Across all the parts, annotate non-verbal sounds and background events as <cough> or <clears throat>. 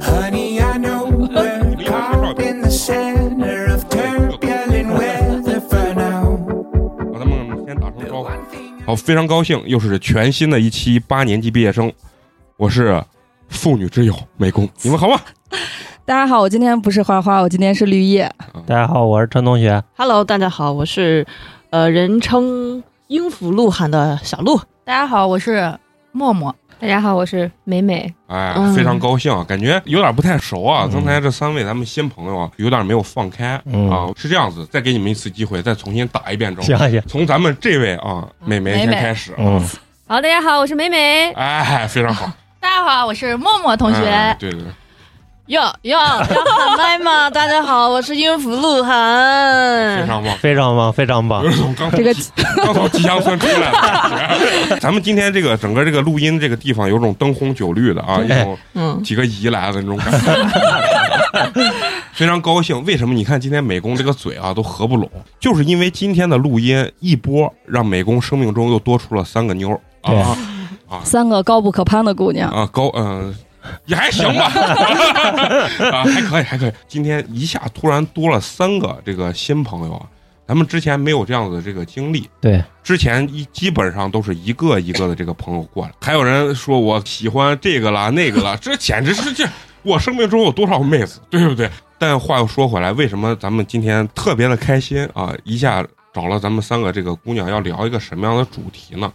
Honey, I know we're caught in the center of turbulent weather for now. 让他们先打声招呼。好，非常高兴，又是全新的一期八年级毕业生。我是妇女之友美工，你们好吗？大家好，我今天不是花花，我今天是绿叶。大家好，我是陈同学。 Hello，大家好，我是呃人称音符鹿晗的小鹿。大家好，我是默默。大家好，我是美美。哎，嗯非常高兴，啊，感觉有点不太熟啊。嗯刚才这三位咱们新朋友啊，有点没有放开、嗯啊。是这样子，再给你们一次机会，再重新打一遍招呼 <laughs> 行。行， <laughs> 从咱们这位啊，美眉美先美开始。嗯，好，大家好，我是美美。哎，非常好，大家好，我是默默同哎啊学。对对对，哟哟，要喊麦吗？大家好，我是音符鹿非晗。常棒。非常棒，非常棒有。种刚这个刚从吉祥村出来的感觉。 <laughs> 咱们今天这个整个这个录音这个地方，有种灯红酒绿的啊，一对种嗯，几个姨来的那种感觉， <laughs> 非常高兴。为什么？你看今天美工这个嘴啊都合不拢，就是因为今天的录音一波，让美工生命中又多出了三个妞儿啊三个高不可攀的姑哦娘，啊高嗯。也还行吧， <laughs> 啊，还可以，还可以。今天一下突然多了三个这个新朋友啊，咱们之前没有这样子的这个经历，对，之前一基本上都是一个一个的这个朋友过来，还有人说我喜欢这个啦那个啦，这简直是这我生命中有多少妹子，对不对？但话又说回来，为什么咱们今天特别的开心啊？一下找了咱们三个这个姑娘，要聊一个什么样的主题呢？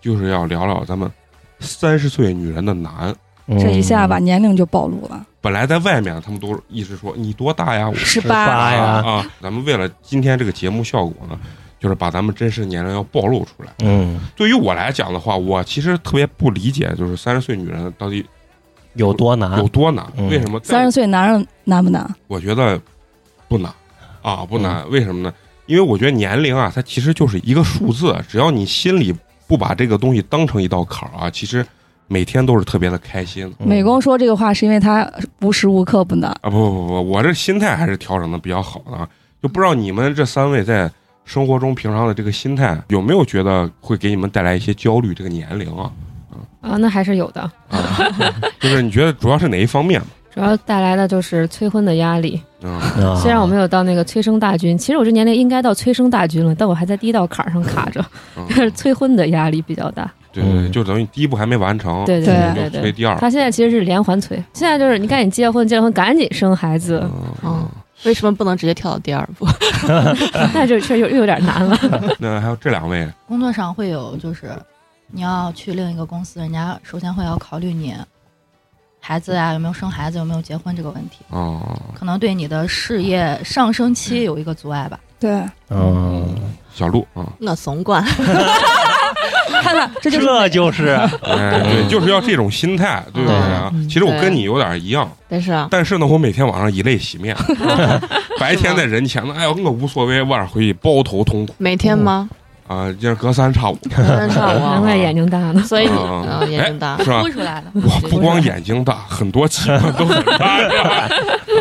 就是要聊聊咱们三十岁女人的难。嗯这一下把年龄就暴露了，本来在外面，他们都一直说你多大呀？我十八八。哎呀啊！咱们为了今天这个节目效果呢，就是把咱们真实年龄要暴露出来。嗯，对于我来讲的话，我其实特别不理解，就是三十岁女人到底有多难有？多难？嗯为什么？三十岁男人难不难？我觉得不难啊，不嗯难。为什么呢？因为我觉得年龄啊，它其实就是一个数字，啊只要你心里不把这个东西当成一道坎儿啊，其实每天都是特别的开心的。嗯美工说这个话是因为他无时无刻不难。啊，不不不不，我这心态还是调整的比较好的啊，就不知道你们这三位在生活中平常的这个心态有没有觉得会给你们带来一些焦虑？这个年龄啊，啊，那还是有的，就是你觉得主要是哪一方面嘛？主要带来的就是催婚的压力。嗯， <laughs> 啊虽然我没有到那个催生大军，其实我这年龄应该到催生大军了，但我还在第一道坎儿上卡着， <laughs> 嗯但是催婚的压力比较大。对对，对，嗯就等于第一步还没完成，对对对就推对。第二。他现在其实是连环催，现在就是你赶紧结婚，结了婚赶紧生孩子，嗯嗯，为什么不能直接跳到第二步？那就确实又又有点难了。那还有这两位， <laughs> 工作上会有，就是你要去另一个公司，人家首先会要考虑你孩子啊有没有生孩子，有没有结婚这个问题，哦，可能对你的事业上升期有一个阻碍吧。对，嗯，小鹿啊，我怂惯。看看这就是这就是哎，对，就是要这种心态，对不对啊？嗯其实我跟你有点一样，但是啊，但是呢，我每天晚上以泪洗 <laughs> 面，白天在人前呢，哎呦，我无所谓，晚上回去抱头痛哭每天吗？啊，就是隔三差五，真是 <laughs> 难我。怪眼睛大呢。所以你嗯嗯眼睛大是吧哭？出来的，我不光眼睛大，很多器官都很 <laughs> 大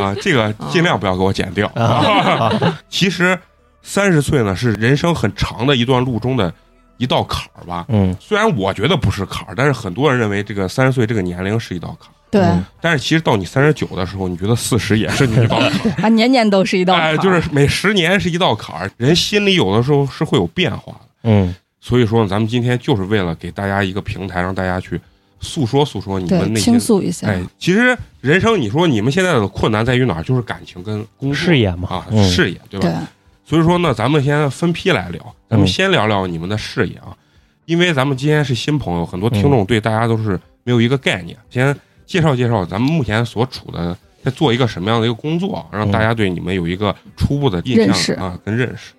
啊，这个尽量不要给我剪掉。啊， <laughs> 其实三十岁呢是人生很长的一段路中的一道坎儿吧。嗯，虽然我觉得不是坎儿，但是很多人认为这个三十岁这个年龄是一道坎儿。对嗯但是其实到你三十九的时候，你觉得四十也是你一道坎儿，啊，年年都是一道坎哎，儿。就是每十年是一道坎儿。人心里有的时候是会有变化的。嗯，所以说呢，咱们今天就是为了给大家一个平台，让大家去诉说诉说你们对内倾心。诉一下。哎，其实人生，你说你们现在的困难在于哪儿？就是感情跟工作事业嘛，啊，嗯，事业对吧？对，所以说呢，咱们先分批来聊，咱们嗯先聊聊你们的事业啊，因为咱们今天是新朋嗯友，很多听众对大家都是没有一个概念，先介绍介绍咱们目前所处的在做一个什么样的一个工作，让嗯大家对你们有一个初步的印认识象啊，跟认识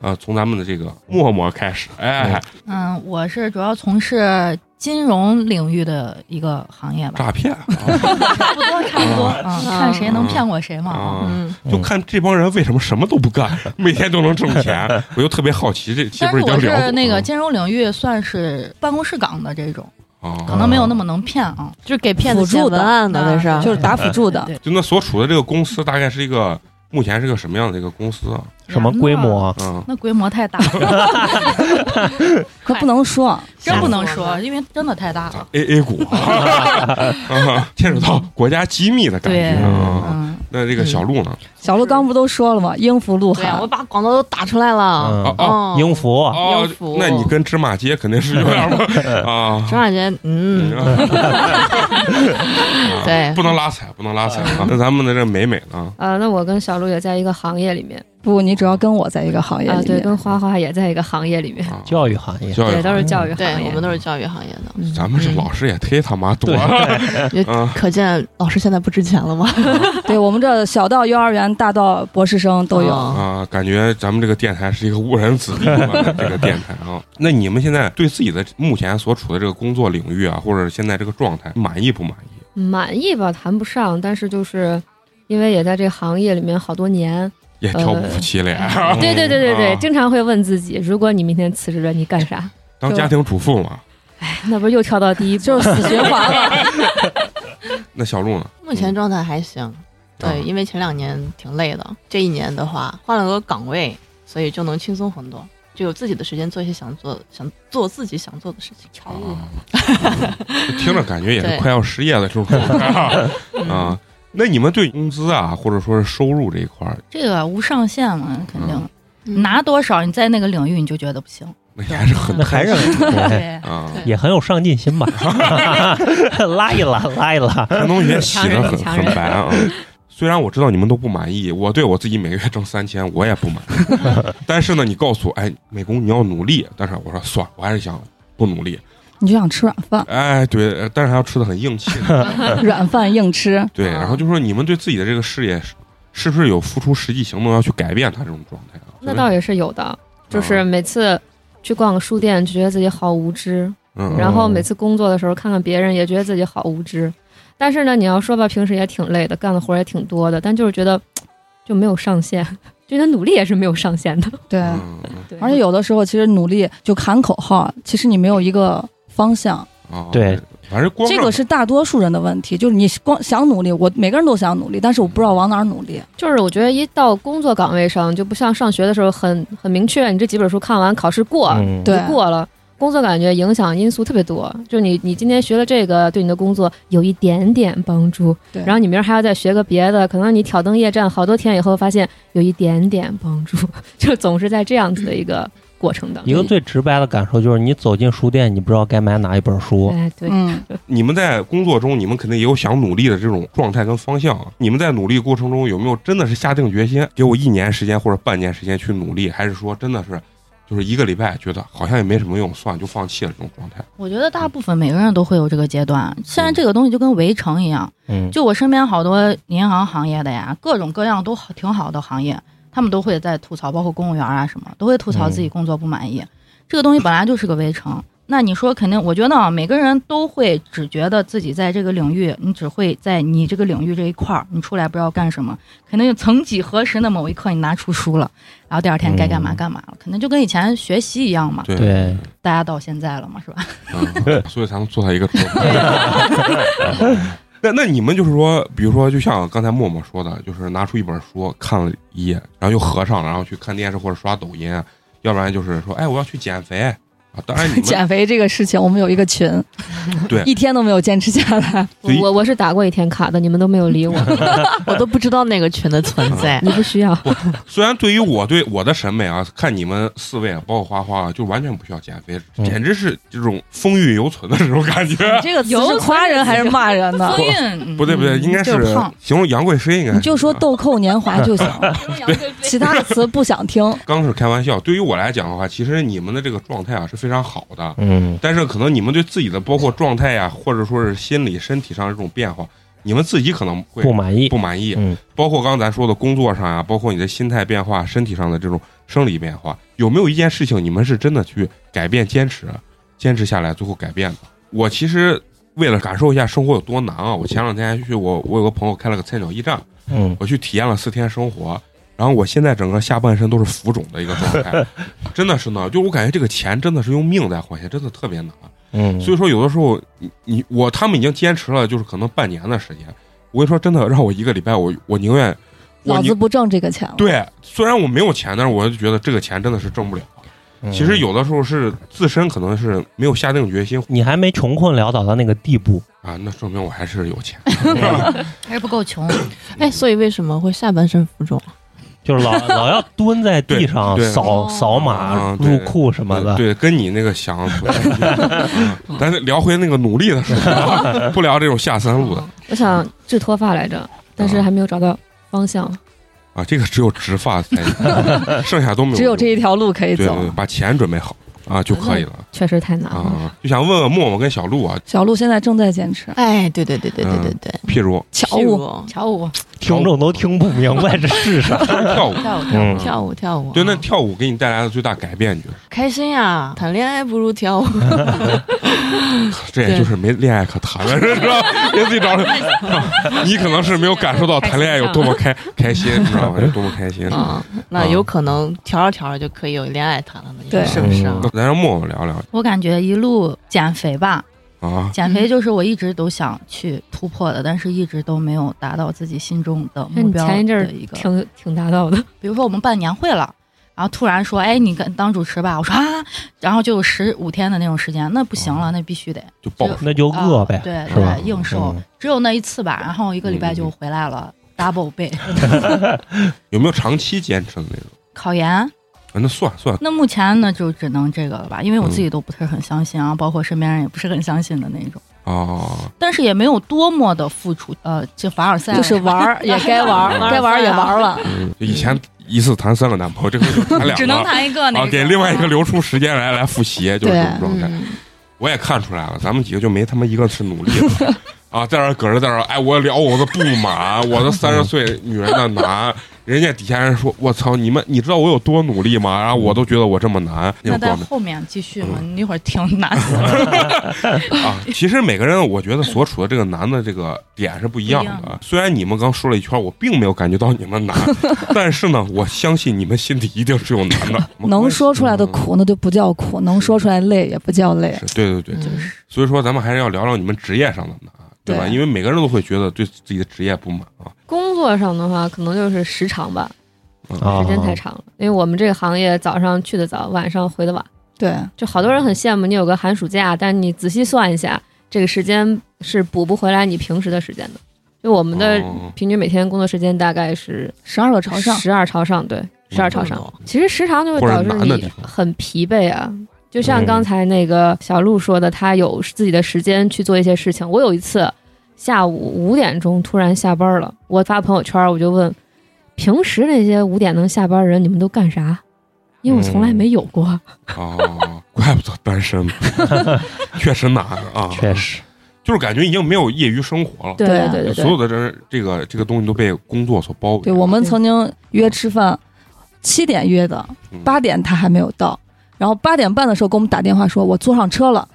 啊，从咱们的这个陌陌开始，哎，嗯，我是主要从事金融领域的一个行业吧，诈骗啊，差不多差不多，嗯，看谁能骗过谁嘛。啊啊嗯， <laughs> 就看这帮人为什么什么都不干，每天都能挣 <laughs> 钱，我就特别好奇，这这但不是已经聊我嗯过是那个了金融领域算是办公室岗的这种，啊，可能没有那么能骗啊。就是给骗子辅助写文的案的，啊那是就是打辅助的对，就那所处的这个公司大概是一个目前是个什么样的一个公司啊？什么规模？啊？嗯，那规模太大了，可不能说，真不能说，嗯因为真的太大了。 A A <laughs> 股，啊牵扯到国家机密的感对，觉。啊嗯，那这个小鹿呢？小鹿刚不都说了吗？英孚鹿啊对呀，我晗，把广告都打出来了。哦嗯，哦哦，英孚哦英孚，那你跟芝麻街肯定是有点 <laughs> 儿啊正。感觉，嗯，对不能拉踩，不能拉踩嗯啊！那咱们的这美美呢？ <laughs> 呃，那我跟小鹿也在一个行业里面不，你主要跟我在一个行业啊、里对，面。跟花花也在一个行业里面，啊教育行业，教育对，都是教育对行，业。我们都是教育行业的，嗯咱们这老师也忒他妈多了对啊！可见老师现在不值钱 <laughs> 了吗？对我们这小到幼儿园，大到博士生都有。啊，哦感觉咱们这个电台是一个误人子弟的这个电台啊。那你们现在对自己的目前所处的这个工作领域啊，或者现在这个状态满意不满意？满意吧，谈不上，但是就是因为也在这行业里面好多年，也挑不出七来， <laughs> 对对对对对，啊经常会问自己，如果你明天辞职了，你干啥？ <laughs> 当家庭主妇嘛。那不是又跳到第一步，就是死循环 <laughs> 了。那小鹿呢？目前状态还行，对，啊因为前两年挺累的，这一年的话换了个岗位，所以就能轻松很多，就有自己的时间做一些想做想做自己想做的事情。啊，哎就听着感觉也是对快要失业的这种 <laughs> 状态啊嗯，啊。那你们对工资啊，或者说是收入这一块儿，啊这个无上限嘛，肯定、嗯拿多少，你在那个领域你就觉得不行。那也还是很那还是对对，啊，也很有上进心吧， <laughs> 拉一拉，拉一拉，陈同学洗的很强很人白啊。虽然我知道你们都不满意，我对我自己每个月挣三千，我也不满 <laughs> 意。但是呢，你告诉我，哎，美工你要努力。但是我说算，我还是想不努力。，你就想吃软饭 <laughs> 哎，对，但是还要吃的很硬气。 <laughs> 软饭硬吃。对，然后就说你们对自己的这个事业是是不是有付出实际行动要去改变他这种状态啊？ <laughs> 那倒也是有的，就是每次去逛书店，就觉得自己好无知，嗯，然后每次工作的时候看看别人，也觉得自己好无知。但是呢，你要说吧，平时也挺累的，干的活儿也挺多的，但就是觉得就没有上限， <laughs> 就你的努力也是没有上限的。对，嗯嗯对而且有的时候其实努力就喊口号，其实你没有一个方向。啊，对，反正光这个是大多数人的问题，就是你光想努力，我每个人都想努力，但是我不知道往哪儿努力。就是我觉得一到工作岗位上，就不像上学的时候很很明确，你这几本书看完，考试过、嗯，对，过了。工作感觉影响因素特别多，就你你今天学了这个，对你的工作有一点点帮助，对然后你明儿还要再学个别的，可能你挑灯夜战好多天以后，发现有一点点帮助， <laughs> 就总是在这样子的一个过程当一个中。最直白的感受就是，你走进书店，你不知道该买哪一本书。哎，对，嗯，你们在工作中，你们肯定也有想努力的这种状态跟方向啊。你们在努力过程中，有没有真的是下定决心，给我一年时间或者半年时间去努力，还是说真的是就是一个礼拜觉得好像也没什么用，算了就放弃了这种状态？我觉得大部分每个人都会有这个阶段。现在这个东西就跟围城一样，嗯，就我身边好多银行行业的呀，各种各样都好挺好的行业，他们都会在吐槽，包括公务员啊什么，都会吐槽自己工作不满意。这个东西本来就是个围城。那你说，肯定，我觉得啊，每个人都会只觉得自己在这个领域，你只会在你这个领域这一块儿，你出来不知道干什么。肯定曾几何时的某一刻，你拿出书了，然后第二天该干嘛嗯干嘛了，可能就跟以前学习一样嘛，对对，大家到现在了嘛，是吧？嗯，所以才能坐在一个桌子上。那那你们就是说，比如说，就像刚才默默说的，就是拿出一本书看了一页，然后又合上了，然后去看电视或者刷抖音，啊要不然就是说，哎，我要去减肥啊。当然 <laughs> <laughs> 你们减肥这个事情，我们有一个群，对一天都没有坚持下来，对我我是打过一天卡的，你们都没有理我，我都不知道那个群的存 <laughs> 在。你不需要。虽然对于我对我的审美啊，看你们四位啊，包括花花啊，就完全不需要减肥，嗯简直是这种风韵犹存的这种感 <laughs> 觉。这个词是夸人还是骂人呢风？韵不对不对，应该是嗯就是胖形容杨贵妃，应该是你就说豆蔻年华就行，其他的词不想 <laughs> 听。刚是开玩笑。对于我来讲的话，其实你们的这个状态啊是非常好的，嗯，但是可能你们对自己的包括状态呀、或者说是心理、身体上的这种变化，你们自己可能会不满意不，满意，嗯包括刚才咱说的工作上呀、包括你的心态变化、身体上的这种生理变化，有没有一件事情你们是真的去改变、坚持、坚持下来，最后改变的？我其实为了感受一下生活有多难啊，我前两天还去我我有个朋友开了个菜鸟驿站，嗯，我去体验了四天生活，然后我现在整个下半身都是浮肿的一个状态， <laughs> 真的是呢，就我感觉这个钱真的是用命在换钱，真的特别难。嗯，所以说有的时候你你我他们已经坚持了，就是可能半年的时间。我跟你说，真的让我一个礼拜，我我宁愿我老宁子不挣这个钱了。对，虽然我没有钱，但是我就觉得这个钱真的是挣不了。嗯其实有的时候是自身可能是没有下定决心你还没穷困潦倒到那个地步，啊，那说明我还是有钱。还是不够 <coughs> 穷。哎，所以为什么会下半身浮肿？就 <laughs> 是老老要蹲在地上对对扫扫码啊入对库什么嗯的，对，跟你那个想法不太一样。嗯咱聊回那个努力的事情啊，不聊这种下三路的我想治脱发来着，但是还没有找到方向。啊。这个只有植发才， <laughs> 剩下都没有用。只有这一条路可以对走。对，把钱准备好啊就可以了确实太嗯难了。啊。就想问问默默跟小鹿啊，小鹿现在正在坚持，哎，对对对对对对对，譬如巧譬舞如跳舞，听众都听不明白这是啥。跳舞，跳舞，嗯跳舞跳舞啊，对，那跳舞给你带来的最大改变，你觉得？开心呀！谈恋爱不如跳舞，这也就是没恋爱可谈了，是吧？给自己找理由。你可能是没有感受到谈恋爱有多么开开心，你知道吗？有多么开心。嗯， <laughs> 那有可能调着调着就可以有恋爱谈了呢，你说对是不是啊？那咱让默默聊聊我感觉一路减肥吧，啊，减肥就是我一直都想去突破的，但是一直都没有达到自己心中的那目你标前一阵儿的一个。挺挺达到的， <laughs> 比如说我们办年会了，然后突然说，哎，你跟当主持吧，我说啊，然后就有十五天的那种时间，那不行了，那必须得就爆那就哦饿呗，啊对是吧对，硬哦瘦嗯，只有那一次吧，然后一个礼拜就回来了，double 倍。有没有长期坚持的那种？ <laughs> 考研，啊那算算，那目前呢就只能这个了吧，因为我自嗯己都不是很相信啊，包括身边人也不是很相信的那种，哦，但是也没有多么的付出，呃，这凡尔赛就是玩 <laughs> 儿，哎也该玩儿，该玩儿也玩儿了。 <laughs> 嗯以前一次谈三个男朋友，这回就谈两个，只能谈一个那啊，个，给另外一个留出时间来来复习，就是这种状态。嗯，我也看出来了，咱们几个就没他妈一个是努力 <laughs> 的啊，在这儿搁着在这儿，哎，我聊我的不满，我的三十岁女人的难，人家底下人说，我操，你们你知道我有多努力吗？然后我都觉得我这么难，那那种在状态后面继续嘛，嗯你那会儿挺难的，啊。其实每个人，我觉得所处的这个难的这个点是不一样不一的。虽然你们刚说了一圈，我并没有感觉到你们 <laughs> 难，但是呢，我相信你们心里一定是有难 <laughs> 的。能说出来的嗯。苦，那就不叫苦；能说出来累，也不叫累。是对对对，嗯就是所以说咱们还是要聊聊你们职业上的难，对吧？对因为每个人都会觉得对自己的职业不满啊。工作上的话，可能就是时长吧，啊嗯时间太长了。因为我们这个行业，早上去的早，晚上回的晚，对，就好多人很羡慕你有个寒暑假，但你仔细算一下，这个时间是补不回来你平时的时间的。就我们的哦平均每天工作时间大概是十二个朝上，十二朝上，对，十二朝上。其实时长就会或者导致难的地你方很疲惫啊。就像嗯刚才那个小鹿说的，他有自己的时间去做一些事情。我有一次下午五点钟突然下班了，我发朋友圈，我就问，平时那些五点能下班的人，你们都干啥？因为我从来没有过。哦，怪不得单身呢， <laughs> 确实难啊，确，实，就是感觉已经没有业余生活了。对啊对对对所对有的这这个这个东西都被工作所包围。对我们曾经约吃饭，七点约的，嗯八点他还没有到，然后八点半的时候给我们打电话说，我坐上车了。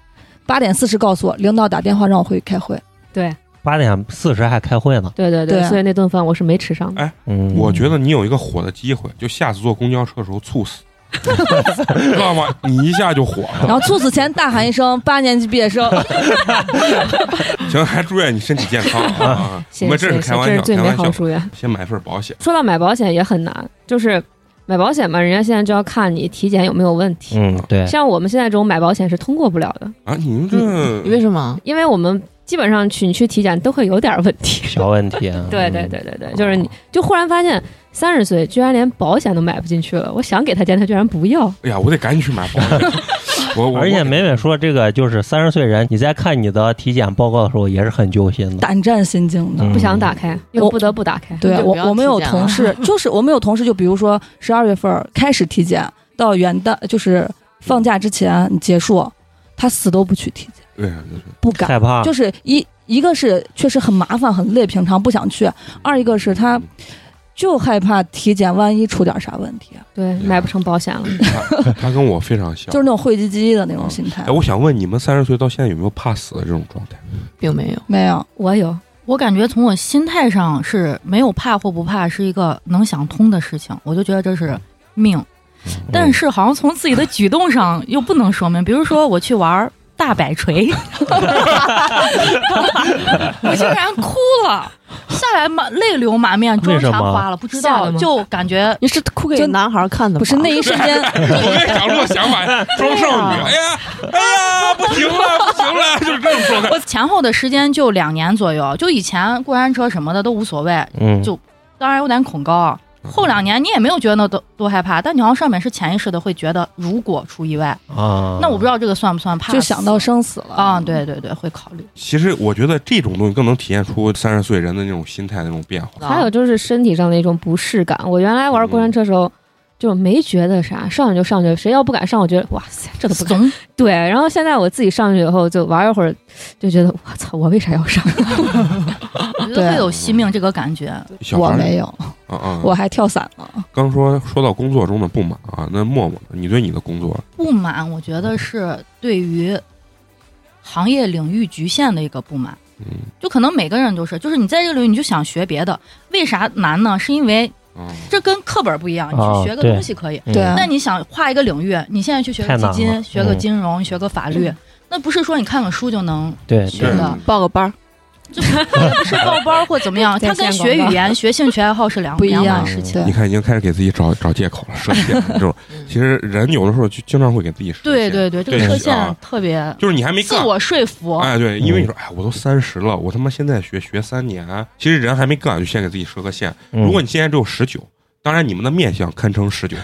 八点四十告诉我，领导打电话让我回去开会。对八点四十还开会呢。对对对啊所以那顿饭我是没吃上的。嗯，我觉得你有一个火的机会，就下次坐公交车的时候猝死， <laughs> 知道吗？你一下就火了。然后猝死前大喊一声“八年级毕业生行，还祝愿你身体健康啊！ <laughs> 谢我谢们这谢谢，是开玩这笑，是最开美玩好笑的。祝 <laughs> 愿。先买份保险，说到买保险也很难，就是买保险嘛，人家现在就要看你体检有没有问题。嗯，对，像我们现在这种买保险是通过不了的，啊，你们这嗯你为什么？因为我们基本上去你去体检都会有点问题。。小问题啊 <laughs> 对嗯对对对对，嗯就是你就忽然发现三十岁居然连保险都买不进去了，我想给他钱，他居然不嗯要。哎呀，我得赶紧去 <laughs> 买保险。我我而且美美说这个就是三十岁人，你在看你的体检报告的时候也是很揪心”，的。胆战心惊的。嗯不想打开，又我不得不打开。对啊就不我要我们体有检同了事，就是我们有同事，就比如说十二月份儿开始体检，到元旦就是放假之前你结束，他死都不去体检，为啥就是不敢，嗯害怕，就是一一个是确实很麻烦很累，平常不想去； <laughs> 二一个是他嗯就害怕体检，万一出点啥问题，啊对，买不成保险了。他他跟我非常像就是。那种讳疾忌医的那种啊心态哎，。我想问你们三十岁到现在有没有怕死的这种状态？并没有。没有， <clears throat> 我有，我感觉从我心态上是没有怕或不怕，是一个能想通的事情，我就觉得这是命。但是好像从自己的举动上又不能说明，比如说我去玩大摆锤， <laughs> 我竟然哭了，下来满泪流满面，妆为什茶么花了，不知吓道了吗就感觉你是哭给就男孩看的吧，不是那一 <laughs> 瞬间，我跟小鹿想法装少 <laughs> 女，哎呀，哎呀，不行了，不行了， <laughs> 就是这种状态。我前后的时间就两年左右，就以前过山车什么的都无所谓，嗯，就当然有点恐高。后两年你也没有觉得那多多害怕，但你好像上面是潜意识的会觉得，如果出意外，啊，那我不知道这个算不算怕死，就想到生死了啊，对对对，会考虑。其实我觉得这种东西更能体现出三十岁人的那种心态那种变化。还有就是身体上的一种不适感。我原来玩过山车的时候。就没觉得嗯啥，上去就上去，谁要不敢上，我觉得哇塞，这都不敢。怂，对，然后现在我自己上去以后，就玩一会儿，就觉得我操，我为啥 <laughs> 要上？ <laughs> 我觉得会有惜命这个感觉。嗯小哦我孩没有，啊啊，我还跳伞呢。刚说说到工作中的不满啊，那默默，你对你的工作不满，我觉得是对于行业领域局限的一个不满。嗯就可能每个人都是，就是你在这个领域你就想学别的，为啥难呢？是因为啊，这跟课本不一样，你哦去学个对东西可以，嗯对啊那你想跨一个领域，你现在去学太个难基了金、学个嗯金融、学个法律，那不是说你看看书就能，对是对对的报个班儿，不是报班儿或怎么样，在它线跟广学语告言、学兴趣爱好是两不一样两嗯码事情。你看已经开始给自己找找借口了，设限这种。 <laughs> 其实人有的时候就经常会给自己设限，嗯对对对，这个对车是啊线特别就是你还没自干。我说服。哎，对，因为你说，哎，我都三十了，我他妈现在学学三年，其实人还没干，就先给自己设个限。嗯如果你现在只有十九，当然你们的面相堪称十九，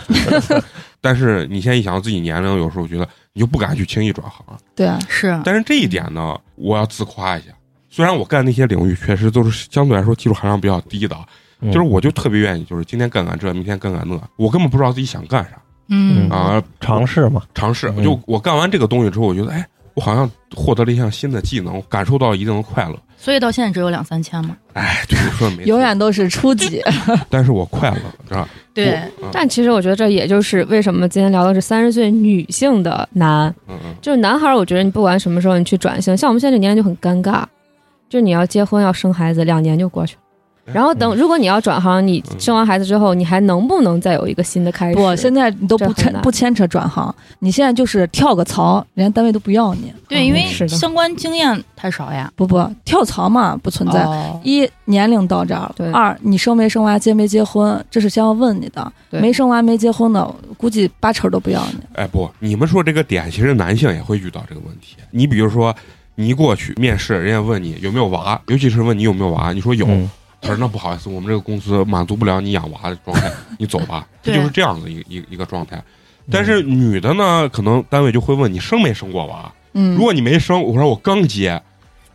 <laughs> 但是你现在一想到自己年龄，有时候觉得你就不敢去轻易转行。对啊，是，但是这一点呢，我要自夸一下。虽然我干那些领域确实都是相对来说技术含量比较低的，嗯就是我就特别愿意，就是今天干干这，明天干干那，我根本不知道自己想干啥嗯嗯啊，尝试嘛，尝试。嗯就我干完这个东西之后，我觉得，哎，我好像获得了一项新的技能，感受到一定的快乐。所以到现在只有两三千嘛。哎，对，你说的没错 <laughs> 永，远都是初级。但是我快乐，知道吧？对，我，啊但其实我觉得这也就是为什么今天聊的是三十岁女性的难，嗯嗯，就是男孩，儿，我觉得你不管什么时候你去转型，像我们现在这年龄就很尴尬，就是你要结婚要生孩子，两年就过去了。然后等，如果你要转行，你生完孩子之后，你还能不能再有一个新的开始？不，现在你都这不很牵难不牵扯转行，你现在就是跳个槽，人家单位都不要你。对，因为是的相关经验太少呀。不不，跳槽嘛不存在。哦一年龄到这儿了对，二你生没生娃，结没结婚，这是先要问你的。对没生娃没结婚的，估计八成都不要你。哎，不，你们说这个点，其实男性也会遇到这个问题。你比如说，你一过去面试，人家问你有没有娃，尤其是问你有没有娃，你说有，嗯他说那不好意思，我们这个公司满足不了你养娃的状态，你走吧，这对就是这样的一个一个一个状态。但是女的呢，可能单位就会问你生没生过娃，嗯如，果你没生，我说我刚接，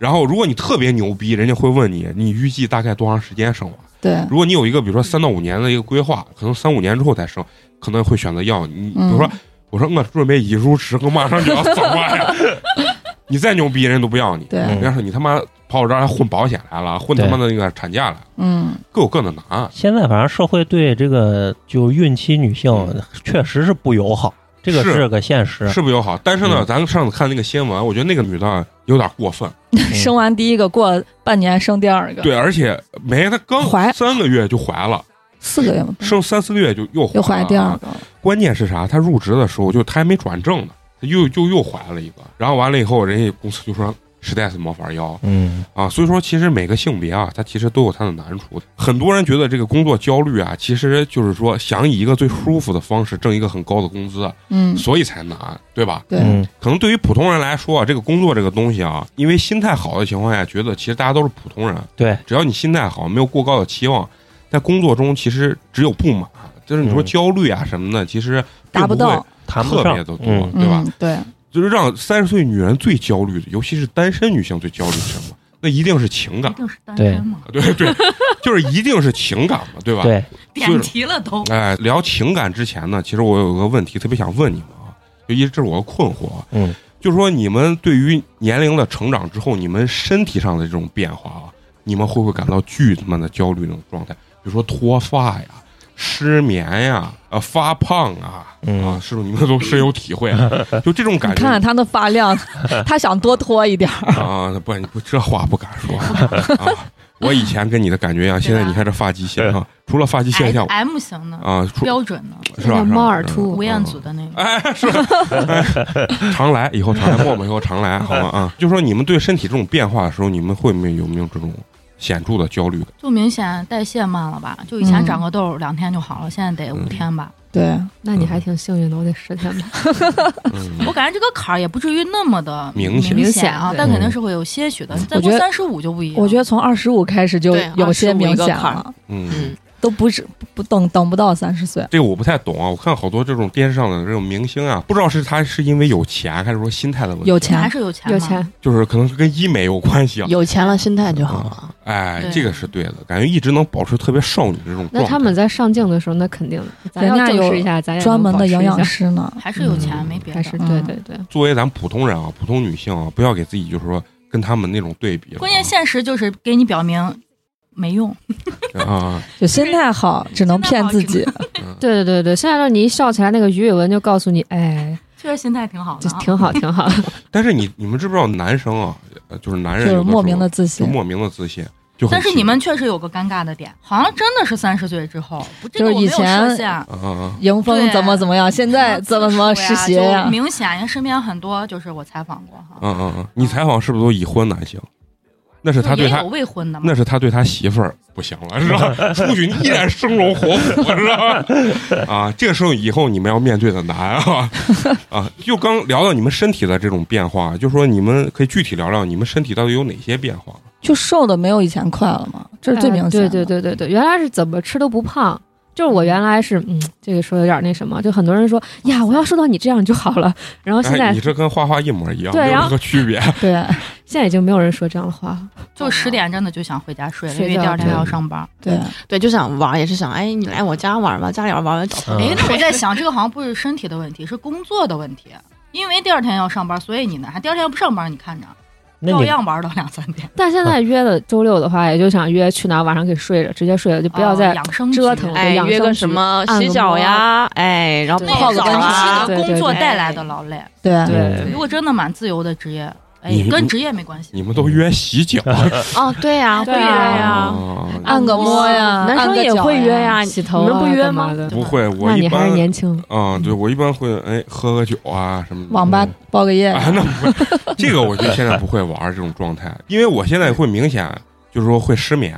然后如果你特别牛逼，人家会问你你预计大概多长时间生娃。对，如果你有一个比如说三到五年的一个规划，可能三五年之后才生，可能会选择要你。比如说，嗯我说我嗯准备已入职，我马上就要走了 <laughs> 呀，你再牛逼人都不要你。对，人嗯家说你他妈跑我这儿来混保险来了，混他妈的那个产假来了，嗯，各有各的难。现在反正社会对这个就孕期女性确实是不友好，这个嗯是是个现实。是不友好，但是呢，嗯咱上次看那个新闻，我觉得那个女的有点过分，生完第一个，过半年生第二个，对，而且没她刚怀三个月就怀了，四个月嘛，生三四个月就嗯又又怀怀了啊第二个。关键是啥？他入职的时候就他还没转正呢，他又就又怀了一个，然后完了以后，人家公司就说实在是没法要嗯，啊。所以说，其实每个性别啊，它其实都有它的难处。很多人觉得这个工作焦虑啊，其实就是说想以一个最舒服的方式挣一个很高的工资，啊嗯，所以才难，对吧？对，嗯，可能对于普通人来说啊，这个工作这个东西啊，因为心态好的情况下，觉得其实大家都是普通人，对，只要你心态好，没有过高的期望，在工作中其实只有不满，就是你说嗯焦虑啊什么的，其实并达不不到会谈不上特别的，多嗯，对吧嗯？对，就是让三十岁女人最焦虑的，尤其是单身女性最焦虑是什么？那一定是情感一，定是单对身嘛，对对，就是一定是情感嘛，对吧？对，就是点题了都。哎，聊情感之前呢，其实我有个问题特别想问你们啊，就一直这是我的困惑啊。嗯，就是说你们对于年龄的成长之后，你们身体上的这种变化啊，你们会不会感到巨他妈的焦虑那种状态？比如说脱发呀、失眠呀、呃发胖啊，嗯啊，是不是你们都深有体会？啊 <laughs> 就这种你感觉看看他那发 <laughs> 量，他想多脱一点儿。啊，不，你不这话不敢 <laughs> 说啊。我以前跟你的感觉一样，现在你看这发际线啊，除了发际线 M 哎像 M 型的啊，除标准的是吧？那是吧猫耳嗯兔吴彦祖嗯的那个，哎，是，哎常来，以后常来，默默以后常来，好吗？啊，就说你们对身体这种变化的时候，你们会没有没有这种显著的焦虑感？就明显代谢慢了吧？就以前嗯长个痘儿两天就好了，现在得五嗯天吧。对，那你还挺幸运的，我得十天 <laughs> 吧。我嗯，感觉这个坎儿也不至于那么的明显嗯显啊，明显但肯定是会有些许的。再我觉过得三十五就不一样。我觉得从二十五开始就对有些25明一个显坎儿了，嗯，嗯，都不是不不等等不到三十岁。这个我不太懂啊。我看好多这种电视上的这种明星啊，不知道是他是因为有钱，还是说心态的问题，有还钱，是有钱，有钱，，就是可能是跟医美有关系啊。有钱了，心态就好了。哎，对这个是对的，感觉一直能保持特别少女这种状那态。他们在上镜的时候，那肯定的，咱要人家有正视一下，咱也专门的能保营持一下养，师呢，还是有钱，嗯没别还是的。对嗯对对，作为咱普通人啊，普通女性啊，不要给自己就是说跟他们那种对比了啊。关键现实就是给你表明没用，啊，就心态好，只能骗自己。对对对对。现在让你一笑起来，那个鱼尾纹就告诉你，哎，确实心态挺好这的啊。挺好，挺好。但是你你们知不知道男生啊，呃就是男人就是有的莫时名候的自就信，莫名的自信，就很但是奇你们怪确实有个尴尬的点，好像真的是三十岁之后，不这个就是我没以有前设限。啊啊啊，迎风对怎么怎么样，现在怎么怎么自实述呀习呀就？明显，人家身边很多就是我采访过哈，嗯嗯嗯，你采访是不是都已婚男性？那是就他对也他有，未婚的嘛那，是他对他媳妇儿不行了，是吧？出去依然生龙活虎，是吧？啊，这个时候以后你们要面对的难啊啊！就刚聊到你们身体的这种变化，就说你们可以具体聊聊你们身体到底有哪些变化。就瘦的没有以前快了嘛，这是最明显哎的。对对对对对，原来是怎么吃都不胖。就是我原来是，嗯，这个说有点那什么，就很多人说呀，我要瘦到你这样就好了。然后现在、哎，你这跟花花一模一样，对没有然任后何区别。 <laughs> 对，现在已经没有人说这样的话了。就十点真的就想回家睡了，因睡为第觉二天还要对上班。对，对，就想玩儿，也是想，哎，你来我家玩儿吧，家里玩儿玩完找嗯嗯朋友哎，那我在想，这个好像不是身体的问题，是工作的问题。因为第二天要上班，所以你呢，还第二天要不上班，你看着那照你样玩到两三点，但现在约的周六的话，也就想约去哪儿晚上给睡着，直接睡了，就不要哦再、养生折局腾了哎，养约生个局什么按洗个脚摩呀，哎，然后对泡那个个澡长啊期对的对工作对带来的劳累。对，对如果真的蛮自由的职业，哎你，跟职业没关系。你们都约洗脚哦，对呀，对会约呀呀，啊嗯按个摩呀，男生按个也脚会约呀，洗头、啊、你们不约干嘛吗？的？不会，我那一你还般是年轻。啊，对我一般会哎喝喝酒啊什么的。网吧包个夜 <laughs> 呀，啊，那不会，这个我就现在不会玩这种状态，因为我现在会明显就是说会失眠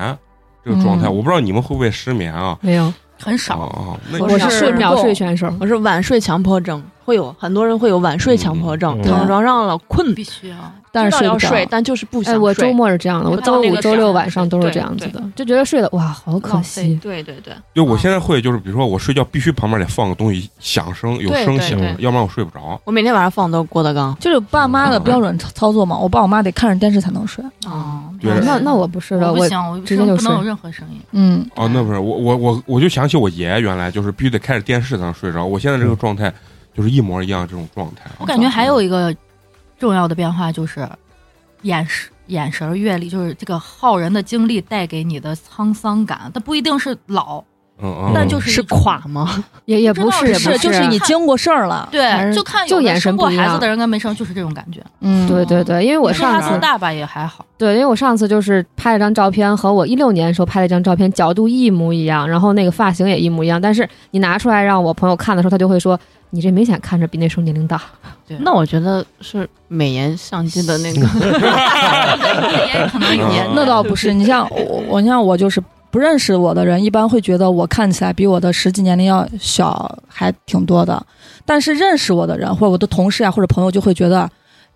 这个状态，嗯我不知道你们会不会失眠啊？没有，很啊少，啊，那我是睡不秒够睡选手。我是晚睡强迫症，会有很多人会有晚睡强迫症，嗯躺啊床上了困，必须啊。但知是道睡要不着。睡，但就是不想哎，睡。我周末是这样的，我看到周那五、个周闪六了晚上都是这样子的，就觉得睡的哇，好可浪费惜。对对对，对我现在会就是比如说我睡觉必须旁边得放个东西响声，有对声对响对，要不然我睡不着。我每天晚上放的都是郭德纲。就是爸妈的标准操操作嘛，我爸我妈得看着电视才能睡。哦，对啊那那我不是的，我我不行，我直接声就不能有睡任何声音。嗯，哦，那不是我我我我就想起我爷爷原来就是必须得开着电视才能睡着，我现在这个状态就是一模一样这种状态啊。我感觉还嗯有一个重要的变化就是眼神、眼神、阅历，就是这个浩人的经历带给你的沧桑感，它不一定是老，嗯嗯，但嗯就是是一种垮吗？也也不知不道是，也是不啊是，啊就是你经过事儿了。还对，是就看就有的眼神生过不一孩子样的人跟没生就是这种感觉。嗯，对对对，因为我你说上他次从大吧也还好， <laughs> 对，因为我上次就是拍了张照片，和我一六年的时候拍了一张照片，角度一模一样，然后那个发型也一模一样，但是你拿出来让我朋友看的时候，他就会说你这明显看着比那时候年龄大。对， <laughs> 那我觉得是美颜相机的那个也可能嗯也那倒不是。你像我，我你像我就是不认识我的人，一般会觉得我看起来比我的实际年龄要小，还挺多的。但是认识我的人，或者我的同事啊，或者朋友，就会觉得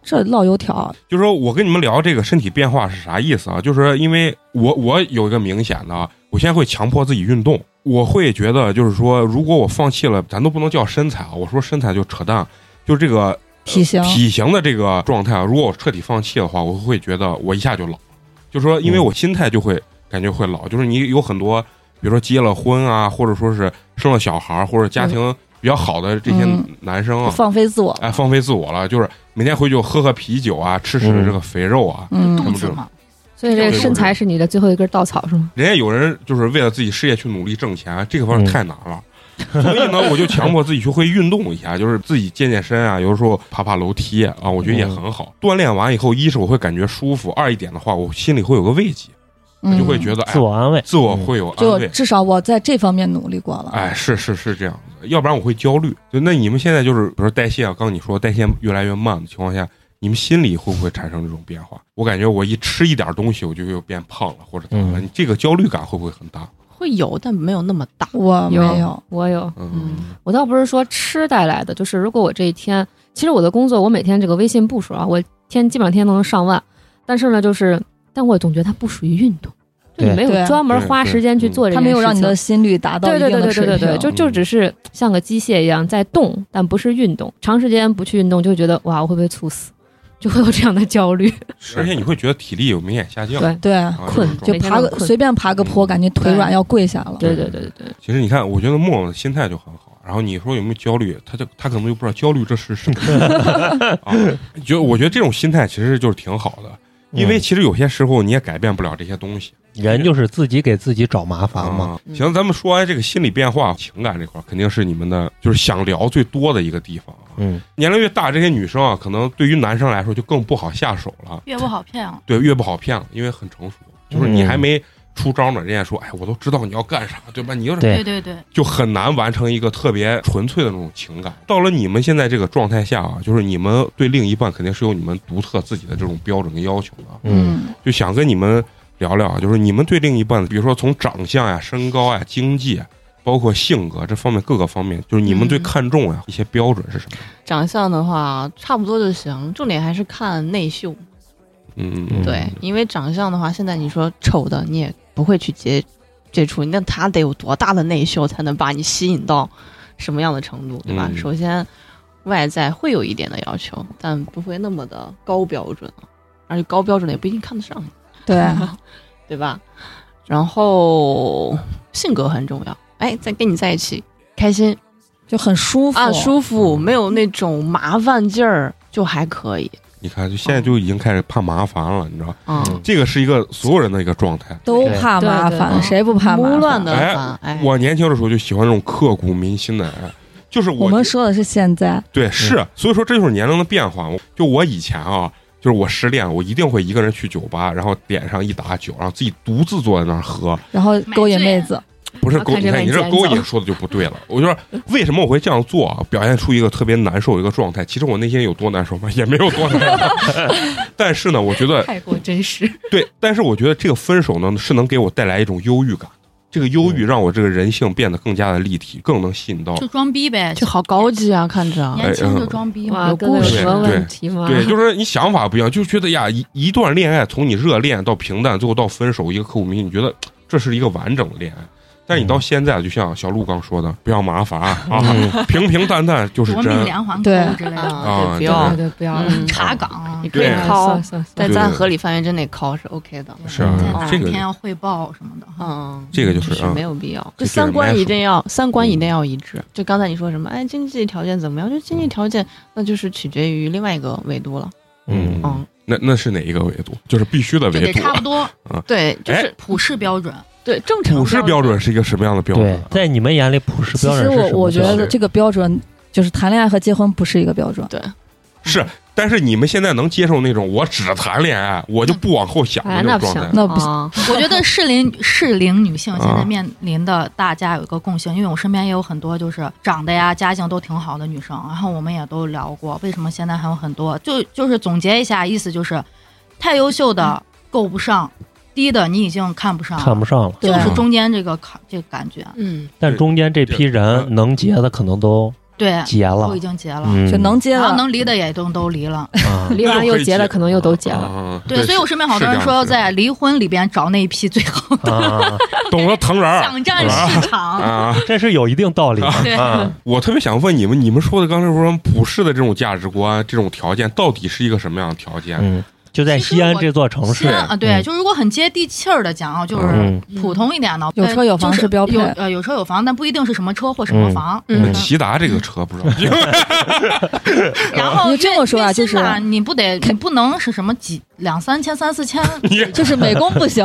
这老油条。就是说我跟你们聊这个身体变化是啥意思啊？就是因为我我有一个明显的啊，我现在会强迫自己运动，我会觉得就是说，如果我放弃了，咱都不能叫身材啊，我说身材就扯淡，就是这个体型嗯体型的这个状态啊，如果我彻底放弃的话，我会觉得我一下就老，就是说，因为我心态就会感觉会老，就是你有很多，比如说结了婚啊，或者说是生了小孩儿，或者家庭比较好的这些嗯男生啊，放飞自我，哎，放飞自我了，就是每天回去喝喝啤酒啊，吃吃嗯这个肥肉啊。嗯，肚子嘛，所以这个身材是你的最后一根稻草，是吗？人家有人就是为了自己事业去努力挣钱，啊这个方面嗯太难了。所以呢，我就强迫自己去会运动一下，就是自己健健身啊，有的时候爬爬楼梯啊，我觉得也很好。锻炼完以后，一是我会感觉舒服，二一点的话，我心里会有个慰藉，嗯就会觉得哎自，我安慰。自我会有安就慰。至少我在这方面努力过了。哎，是是是这样的，要不然我会焦虑。就那你们现在就是，比如说代谢啊，刚刚你说代谢越来越慢的情况下，你们心里会不会产生这种变化？我感觉我一吃一点东西，我就又变胖了，或者怎么了？嗯你这个焦虑感会不会很大？会有，但没有那么大。我没有有，我有，嗯我倒不是说吃带来的，就是如果我这一天，其实我的工作，我每天这个微信步数啊，我天基本上天天都能上万，但是呢，就是但我总觉得它不属于运动，就对你没有对专门对花对时间去嗯做这他件事没情。有让你的心率达到对一对定的对对水对对平，对，就就只是像个机械一样在动，但不是运动。长时间不去运动，就会觉得哇，我会不会猝死？ <laughs> 就会有这样的焦虑。而且你会觉得体力有明显下降。对对啊困这种就每天爬都个困随便爬个坡，嗯感觉腿对软要跪下了。对对对对对，其实你看，我觉得默默的心态就很好。然后你说有没有焦虑？他就他可能就不知道焦虑这是什么。 <laughs> 啊，觉得我觉得这种心态其实就是挺好的，因为嗯其实有些时候你也改变不了这些东西。人就是自己给自己找麻烦嘛。啊，行，咱们说完这个心理变化、情感这块儿，肯定是你们的就是想聊最多的一个地方啊。嗯，年龄越大，这些女生啊，可能对于男生来说就更不好下手了，越不好骗啊。对，越不好骗了，因为很成熟，就是你嗯还没出招呢，人家说，哎，我都知道你要干啥，对哦吧？你要是对对对对，就很难完成一个特别纯粹的那种情感。到了你们现在这个状态下啊，就是你们对另一半肯定是有你们独特自己的这种标准跟要求的啊。嗯，就想跟你们聊聊，就是你们对另一半，比如说从长相呀、身高呀、经济啊，包括性格这方面各个方面，就是你们最嗯看重呀、一些标准是什么？长相的话，差不多就行，重点还是看内秀。嗯，嗯对，因为长相的话，现在你说丑的，你也不会去接接触，那他得有多大的内秀才能把你吸引到什么样的程度，对吧？嗯首先，外在会有一点的要求，但不会那么的高标准，而且高标准的也不一定看得上你，对， <laughs> <laughs> 对吧？然后性格很重要，哎，在跟你在一起开心就很舒服啊，舒服，没有那种麻烦劲儿，就还可以你看，就现在就已经开始怕麻烦了，你知道，啊。嗯这个是一个所有人的一个状态。都对怕对麻对烦，对谁不怕麻胡烦？乱的哎烦，哎，我年轻的时候就喜欢这种刻骨铭心的，哎就是我我们说的是嗯现在，对是，所以说这就是年龄的变化。我就我以前啊。就是我失恋，我一定会一个人去酒吧，然后点上一打酒，然后自己独自坐在那儿喝，然后勾引买醉啊妹子，不是然后勾，看你谁把看你你这捡勾走引说的就不对了。我就说为什么我会这样做啊？表现出一个特别难受的一个状态。其实我内心有多难受吗？也没有多难受。 <laughs> <laughs> 但是呢，我觉得太过真实。对，但是我觉得这个分手呢是能给我带来一种忧郁感。这个忧嗯郁让我这个人性变得更加的立体，更能吸引到。就装逼呗，就好高级啊，看着。年轻就装逼嘛，哇，有哥哥有故事。什么对问题吗？对，就是你想法不一样，就觉得呀，一一段恋爱从你热恋到平淡，最后到分手，一个刻骨铭心，你觉得这是一个完整的恋爱。但嗯是你到现在，就像小鹿刚说的，不要麻烦啊，啊平平淡淡就是夺真。命连环扣对之类的，啊啊，对不对要对，对，不要了，嗯查岗啊你，可以对靠算算在算，对咱对合理范围之内考是 OK 的。是啊在嗯哪这一个天要汇报什么的哈。嗯，这个就是就是嗯没有必要，这就就是三观一定要三观嗯一定要一致。就刚才你说什么，哎，经济条件怎么样？就经济条件，那就是取决于另外一个维度了。嗯嗯，那那是哪一个维度？就是必须的就维得度差啊。不多，对，就哎是普世标准，对正常普世标准是一个什么样的标准对啊？，在你们眼里普世其标准实是我什么我觉标得准这个标准就是谈恋爱和结婚不是一个标准。对，是，但是你们现在能接受那种我只谈恋爱，我就不往后想的哎那那种状不态行？那不啊， <laughs> 我觉得适龄适龄女性现啊在面临的大家有一个共性，因为我身边也有很多就是长得呀、家境都挺好的女生，然后我们也都聊过，为什么现在还有很多，就就是总结一下，意思就是太优秀的够不上，低的你已经看不上了，看不上了。对就是中间这个坎这个感觉，嗯，但中间这对批嗯人能结的可能都对，结了都已，经结了，嗯，就能接然后了，啊能离的也都都离 <laughs> 了，啊离完又那结就可以了，可能又都结了。啊对，所以我身边好多是人这样说要是这样在离婚里边找那一批最好的，啊，懂得疼人儿抢占市场，啊！这是有一定道理的对 <laughs> 啊。我特别想问你们，你们说的刚才说什么普世的这种价值观、这种条件，到底是一个什么样的条件？嗯，就在西安这座城市西安啊，对，嗯就如果很接地气儿的讲啊，就是嗯普通一点的，有车有房就是标配有呃有车有房，但不一定是什么车或什么房。嗯嗯骐达这个车不知道，因为然后你这么说啊月薪就是吧你不得你不能是什么几两三千三四 <laughs> 千，你就是美工 <laughs> 不行，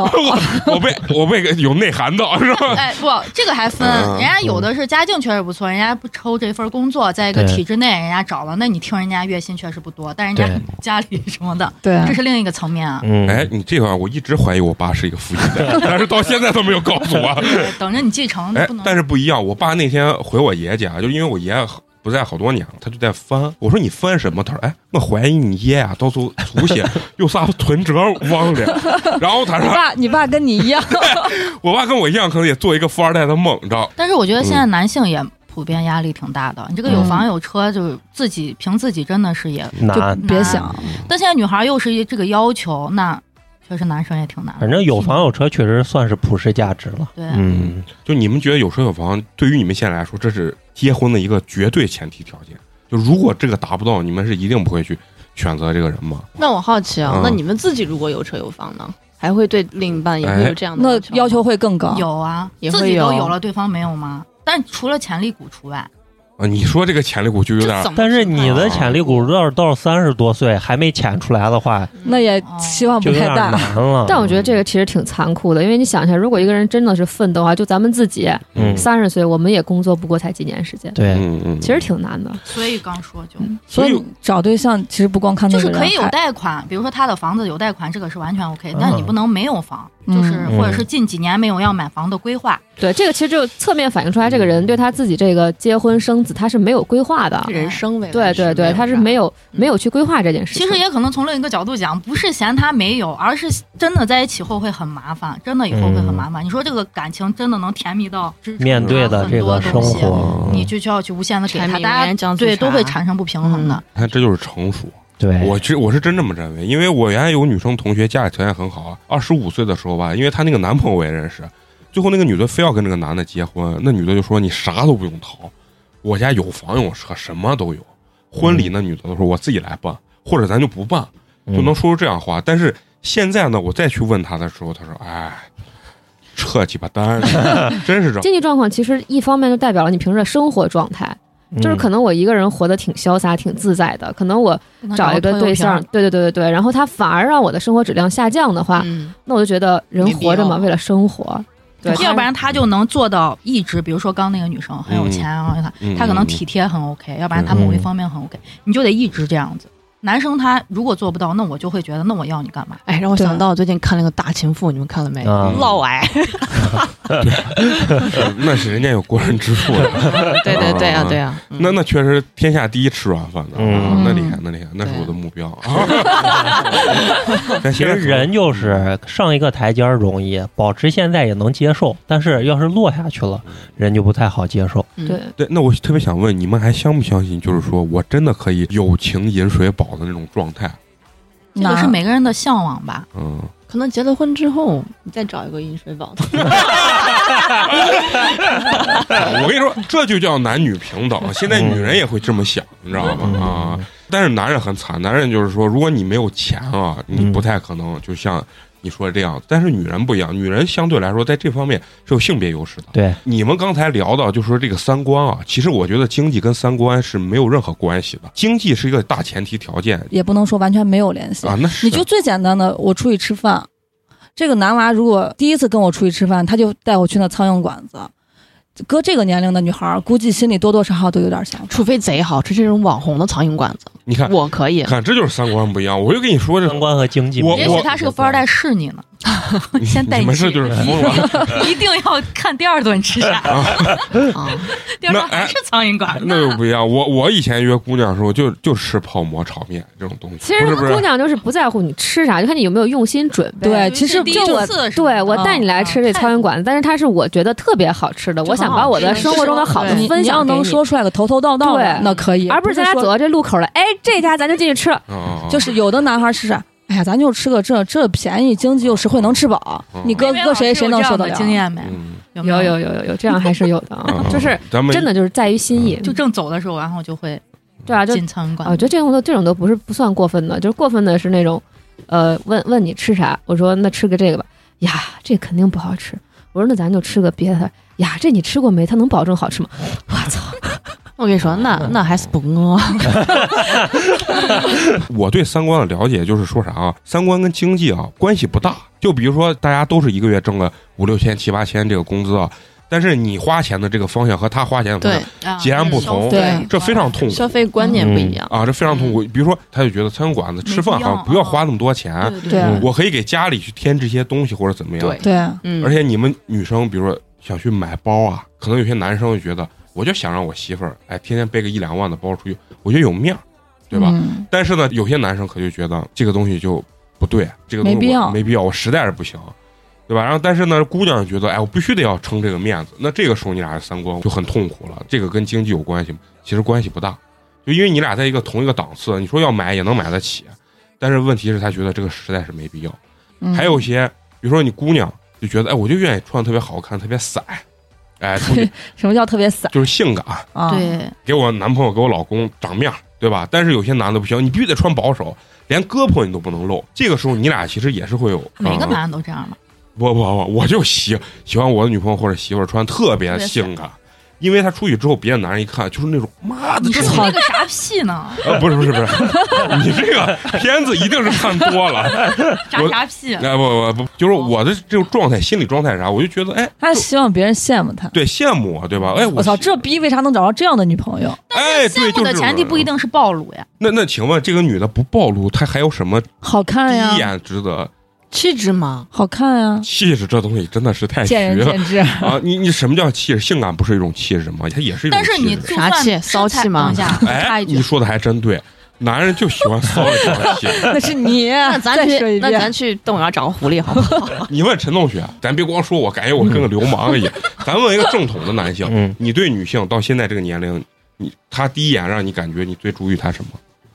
我被我被有内涵到是吧？哎不，这个还分，嗯人家有的是家境确实不错，人家不抽这份工作，在一个对体制内人家找了，那你听人家月薪确实不多，但人家对家里什么的，对这是另一个层面啊。嗯，哎，你这玩意儿我一直怀疑我爸是一个富一代，但是到现在都没有告诉我。对等着你继承，哎哦不，能但是不一样，我爸那天回我爷家，就因为我爷不在好多年了，他就在翻。我说你翻什么？他说哎，我怀疑你爷啊，到时候出去有啥存折忘了。然后他你说，爸你爸跟 <laughs> 你一样，我爸跟我一样，可能也做一个富二代的梦，你知道？但是我觉得现在嗯男性也普遍压力挺大的，你这个有房有车，就是自己凭自己真的是嗯也。就难。别想，但现在女孩又是一这个要求，那确实男生也挺难的。反正有房有车确实算是普世价值了。对，嗯，就你们觉得有车有房，对于你们现在来说，这是结婚的一个绝对前提条件。就如果这个达不到，你们是一定不会去选择这个人吗？那我好奇啊嗯，那你们自己如果有车有房呢，还会对另一半也会哎有这样那的要求求吗？会更高。有啊，也自会己都有有了，对方没有吗？但除了潜力股除外，啊，你说这个潜力股就有点这怎么但是评你判啊的潜力股要是到三十多岁还没潜出来的话，那也哦希望就不有太点大。难了。但我觉得这个其实挺残酷的，因为你想一下，如果一个人真的是奋斗啊，就咱们自己嗯三十岁，我们也工作不过才几年时间，对，嗯嗯，其实挺难的。所以刚说就所所以以找对象其实不光看就嗯是那个人，可以有还贷款，比如说他的房子有贷款，这个是完全 OK，嗯但是你不能没有房，嗯就是嗯或者是近几年没有要买房的规划，对，这个其实就侧面反映出来，这个人对他自己这个结婚生子，他是没有规划的。人生未来对对对，他是没有没有去规划这件事其情。实也可能从另一个角度讲，不是嫌他没有，而是真的在一起后会很麻烦，真的以后会很麻烦。你说这个感情真的能甜蜜到支撑面对的很这多个生东西活，你就需要去无限的给柴他，米油大盐家酱醋对茶都会产生不平衡的。你看这就是成熟。对，我其实我是真这么认为，因为我原来有女生同学家里条件很好啊，二十五岁的时候吧，因为她那个男朋友我也认识，最后那个女的非要跟那个男的结婚，那女的就说你啥都不用掏，我家有房有车什么都有，婚礼那女的都说我自己来办，或者咱就不办，嗯就能说出这样话。但是现在呢，我再去问她的时候，她说哎，扯鸡巴蛋，真是这样。经济状况其实一方面就代表了你平时的生活状态，嗯就是可能我一个人活得挺潇洒、挺自在的，可能我找一个对象，对对对对对，然后他反而让我的生活质量下降的话，嗯，那我就觉得人活着嘛，没必要为了生活，对，要不然他就能做到一直，比如说刚那个女生很有钱啊，你看嗯她可能体贴很 OK，要不然她某一方面很 OK，你就得一直这样子。男生他如果做不到，那我就会觉得，那我要你干嘛？哎，让我想对到我最近看了个《大情妇》，你们看了没？ <laughs> 啊嫪毐，呃那是人家有过人之处的，对对对啊对啊，嗯那那确实天下第一吃软饭的，嗯啊那厉害，那厉害，那是我的目标啊。 <laughs> 但其实人就是上一个台阶儿容易，保持现在也能接受，但是要是落下去了，人就不太好接受。嗯对，对，那我特别想问，你们还相不相信，就是说我真的可以友情饮水饱的那种状态？这个那是每个人的向往吧。嗯，可能结了婚之后，你再找一个饮水饱的，我跟你说，这就叫男女平等。现在女人也会这么想，你知道嗯吗？啊，但是男人很惨，男人就是说，如果你没有钱啊，你不太可能就像你说的这样。但是女人不一样，女人相对来说在这方面是有性别优势的。对，你们刚才聊到，就说这个三观啊，其实我觉得经济跟三观是没有任何关系的，经济是一个大前提条件也不能说完全没有联系。啊。那是你就最简单的，我出去吃饭，这个男娃如果第一次跟我出去吃饭，他就带我去那苍蝇馆子。搁这个年龄的女孩儿，估计心里多多少少都有点想法。除非贼好吃这种网红的苍蝇馆子， <laughs> 你看，我可以。看这就是三观不一样。我就跟你说这，三观和经济，我也许他是个富二代，，试你呢，你先带你们你这去就是服了。 <laughs> <laughs> 一定要看第二顿吃 <laughs> 啥，啊，第哎二顿还是苍蝇馆。那就不一样。我我以前约姑娘的时候，就就吃泡馍、炒面这种东西。其实不是不是姑娘就是不在乎你吃啥，就看你有没有用心准备。对，其实第就一我次是对我哦带你来吃这太苍蝇馆子，但是它是我觉得特别好吃的，就我想很把好我的吃生活中的好的对你分你要享给能你说出来个头头道道的对，那可以，而不是咱俩说走嗯到这路口了，哎，这家咱就进去吃。啊，就是是有的男孩是，哎呀，咱就吃个这这便宜、经济又实惠，能吃饱嗯。你搁搁啊谁谁能受得了？经验没？嗯，有没有有有有有，这样还是有的哦啊， <laughs> 就是咱们真的就是在于心意，就正走的时候，然后就会对啊，就进苍蝇啊馆。我觉得这种都这种都不是不算过分的，就是过分的是那种呃，问问你吃啥，我说那吃个这个吧，呀，这肯定不好吃。我说那咱就吃个别的，呀，这你吃过没？它能保证好吃吗？我操，我跟你说，那那还是不饿。我对三观的了解就是说啥啊，三观跟经济啊关系不大。就比如说，大家都是一个月挣个五六千、七八千这个工资啊，但是你花钱的这个方向和他花钱的方向 <laughs> 对，截然不嗯同对这非常痛苦消费观念不一样。啊，这非常痛苦。比如说，他就觉得餐馆子吃饭好像不要花那么多嗯钱，对对我可以给家里去添置一些东西或者怎么样。对，对，嗯，而且你们女生，比如说想去买包啊，可能有些男生就觉得，我就想让我媳妇儿哎天天背个一两万的包出去，我觉得有面儿，对吧？嗯但是呢，有些男生可就觉得这个东西就不对，这个东西我没必要没必要，我实在是不行，对吧？然后但是呢，姑娘觉得，哎，我必须得要撑这个面子，那这个时候你俩的三观就很痛苦了。这个跟经济有关系吗？其实关系不大，就因为你俩在一个同一个档次，你说要买也能买得起，但是问题是，他觉得这个实在是没必要。嗯还有一些，比如说你姑娘就觉得，哎，我就愿意穿的特别好看，特别散，哎，出 <laughs> 去什么叫特别散就是性感，啊？，对，给我男朋友给我老公长面儿，对吧？但是有些男的不行，你必须得穿保守，连胳膊你都不能露。这个时候你俩其实也是会有每个嗯男的都这样嘛。不不不，我就喜喜欢我的女朋友或者媳妇儿穿特别性感，因为她出去之后，别的男人一看就是那种妈的你这是种。那个啥屁 <laughs> 呢？呃，不是不是不是，你这个片子一定是看多了。啥啥屁？哎不不不，就是我的这种状态，心理状态是啥，我就觉得哎，他希望别人羡慕他。对羡慕我，对吧？哎，我我操，这逼为啥能找到这样的女朋友？哎，对，羡就慕是这的种前提人不一。定是暴露呀。那那，请问这个女的不暴露，她还有什么好第哎看一呀，眼值得气质嘛，好看呀，气质这东西真的是太见虚仁了见智。 <laughs> 啊！你你什么叫气质？性感不是一种气质吗？它也是一种但气质。是你就啥算气身骚气材吗等一下，插哎，一你句，说的还真对，男人就喜欢骚一骚的气质。<laughs> 那是你，啊那咱再说去一那咱遍，去动物园找个狐狸好不好？你问陈同学，啊咱别光说我，感觉我跟个流氓一样。嗯咱问一个正统的男性，嗯，你对女性到现在这个年龄，你她第一眼让你感觉你最注意她什么？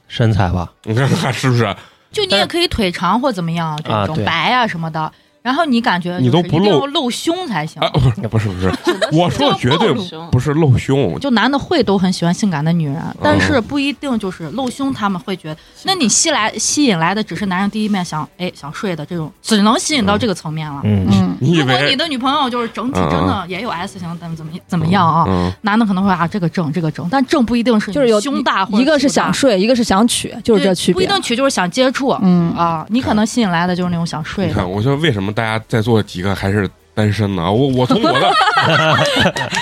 身材吧，你看看是不啊是？就你也可以腿长或怎么样啊这种对白啊什么的。然后你感觉你都就是不一定露要露胸才行啊，，不是 <laughs> 不是 <laughs> 不是，我说的绝对不是露胸，就男的会都很喜欢性感的女人，嗯但是不一定就是露胸，他们会觉得，那你吸来吸引来的只是男人第一面想哎想睡的这种，只能吸引到这个层面了。嗯，嗯，你以如果为你的女朋友就是整体嗯嗯真的也有 S 型，怎么怎么怎么样啊？嗯，男的可能会啊这个正这个正，但正不一定是就是有胸大或者一个是腹大想睡，一个是想娶，就是这对区不一别。定取就是想接触 <laughs> 嗯，啊，你可能吸引来的就是那种想睡你的看，。我说为什么大家在座几个还是单身呢？我我从我 <laughs> 的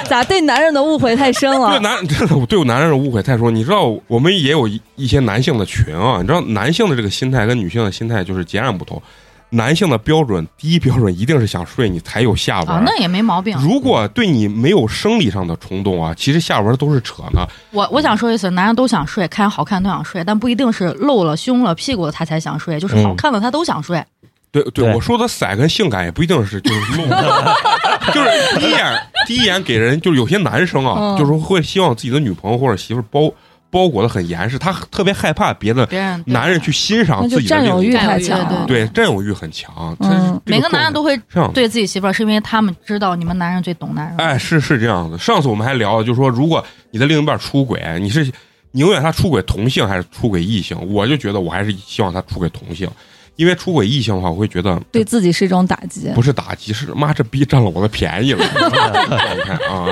咋对男人的误会太深对了？男 <laughs> 真的我对我男人的误解太说，你知道我们也有一一些男性的群啊，你知道男性的这个心态跟女性的心态就是截然不同。男性的标准，第一标准一定是想睡你才有下文。啊，那也没毛病。如果对你没有生理上的冲动啊，其实下文都是扯呢。我我想说一次，男人都想睡，看人好看都想睡，但不一定是露了胸了屁股了他才想睡，嗯就是好看了他都想睡。对对，对我说的色跟性感也不一定是就是露，就是第一眼第一眼给人就是有些男生啊，嗯就是会希望自己的女朋友或者媳妇儿包包裹的很严实，他特别害怕别的别人对男人去欣赏那就自己的占有另一欲半太对强了。对占有欲很强，他嗯这个每个男人都会上。对自己媳妇儿，是因为他们知道你们男人最懂男人。哎，是是这样的。上次我们还聊，就是说，如果你的另一半出轨，你是宁愿他出轨同性还是出轨异性？我就觉得我还是希望他出轨同性，因为出轨异性的话，我会觉得对自己是一种打击。不是打击，是妈这逼占了我的便 <laughs> 宜了。你看啊，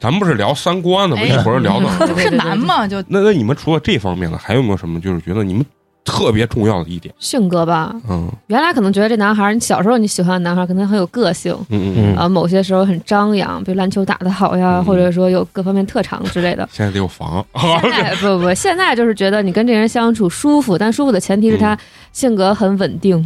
咱们不是聊三观的吗？哎一会儿聊到嗯哪儿这了不是男嘛？就那那你们除了这方面的，还有没有什么就是觉得你们特别重要的一点？性格吧，嗯原来可能觉得这男孩儿，你小时候你喜欢的男孩儿可能很有个性。嗯嗯，嗯，啊，某些时候很张扬，比如篮球打得好呀，嗯。或者说有各方面特长之类的 <laughs> 现在得有房，现在不不，现在就是觉得你跟这人相处舒服，但舒服的前提是嗯他性格很稳定，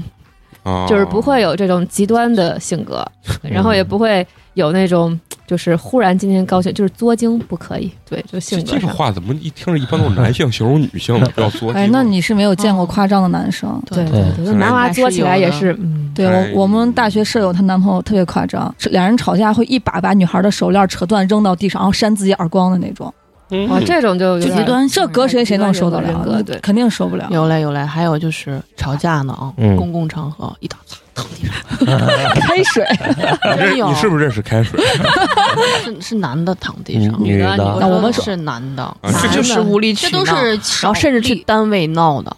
啊 <laughs> 就是不会有这种极端的性格，嗯嗯然后也不会有那种就是忽然今天高兴，就是作精不可以。对，就这性格这个上。话怎么一听着一般都是男性形容女性的，不要作哎，那你是没有见过夸张的男生。对对对对，男娃作起来也是，嗯，对哎我，我们大学舍友她男朋友特别夸张，是两人吵架会一把把女孩的手链扯断扔到地上，然后扇自己耳光的那种。嗯哇，哦这种就有就点嗯极端，这搁谁谁能受得极了啊端？人格对肯定受不了。 <laughs> 有嘞有嘞，还有就是吵架呢啊，嗯公共场合一打擦，开水，你真这有你是不是认识开水？是是男的躺地上，嗯女的啊的你那我们是男的，这嗯啊就是无理取这闹都，是然后甚至去单位闹的，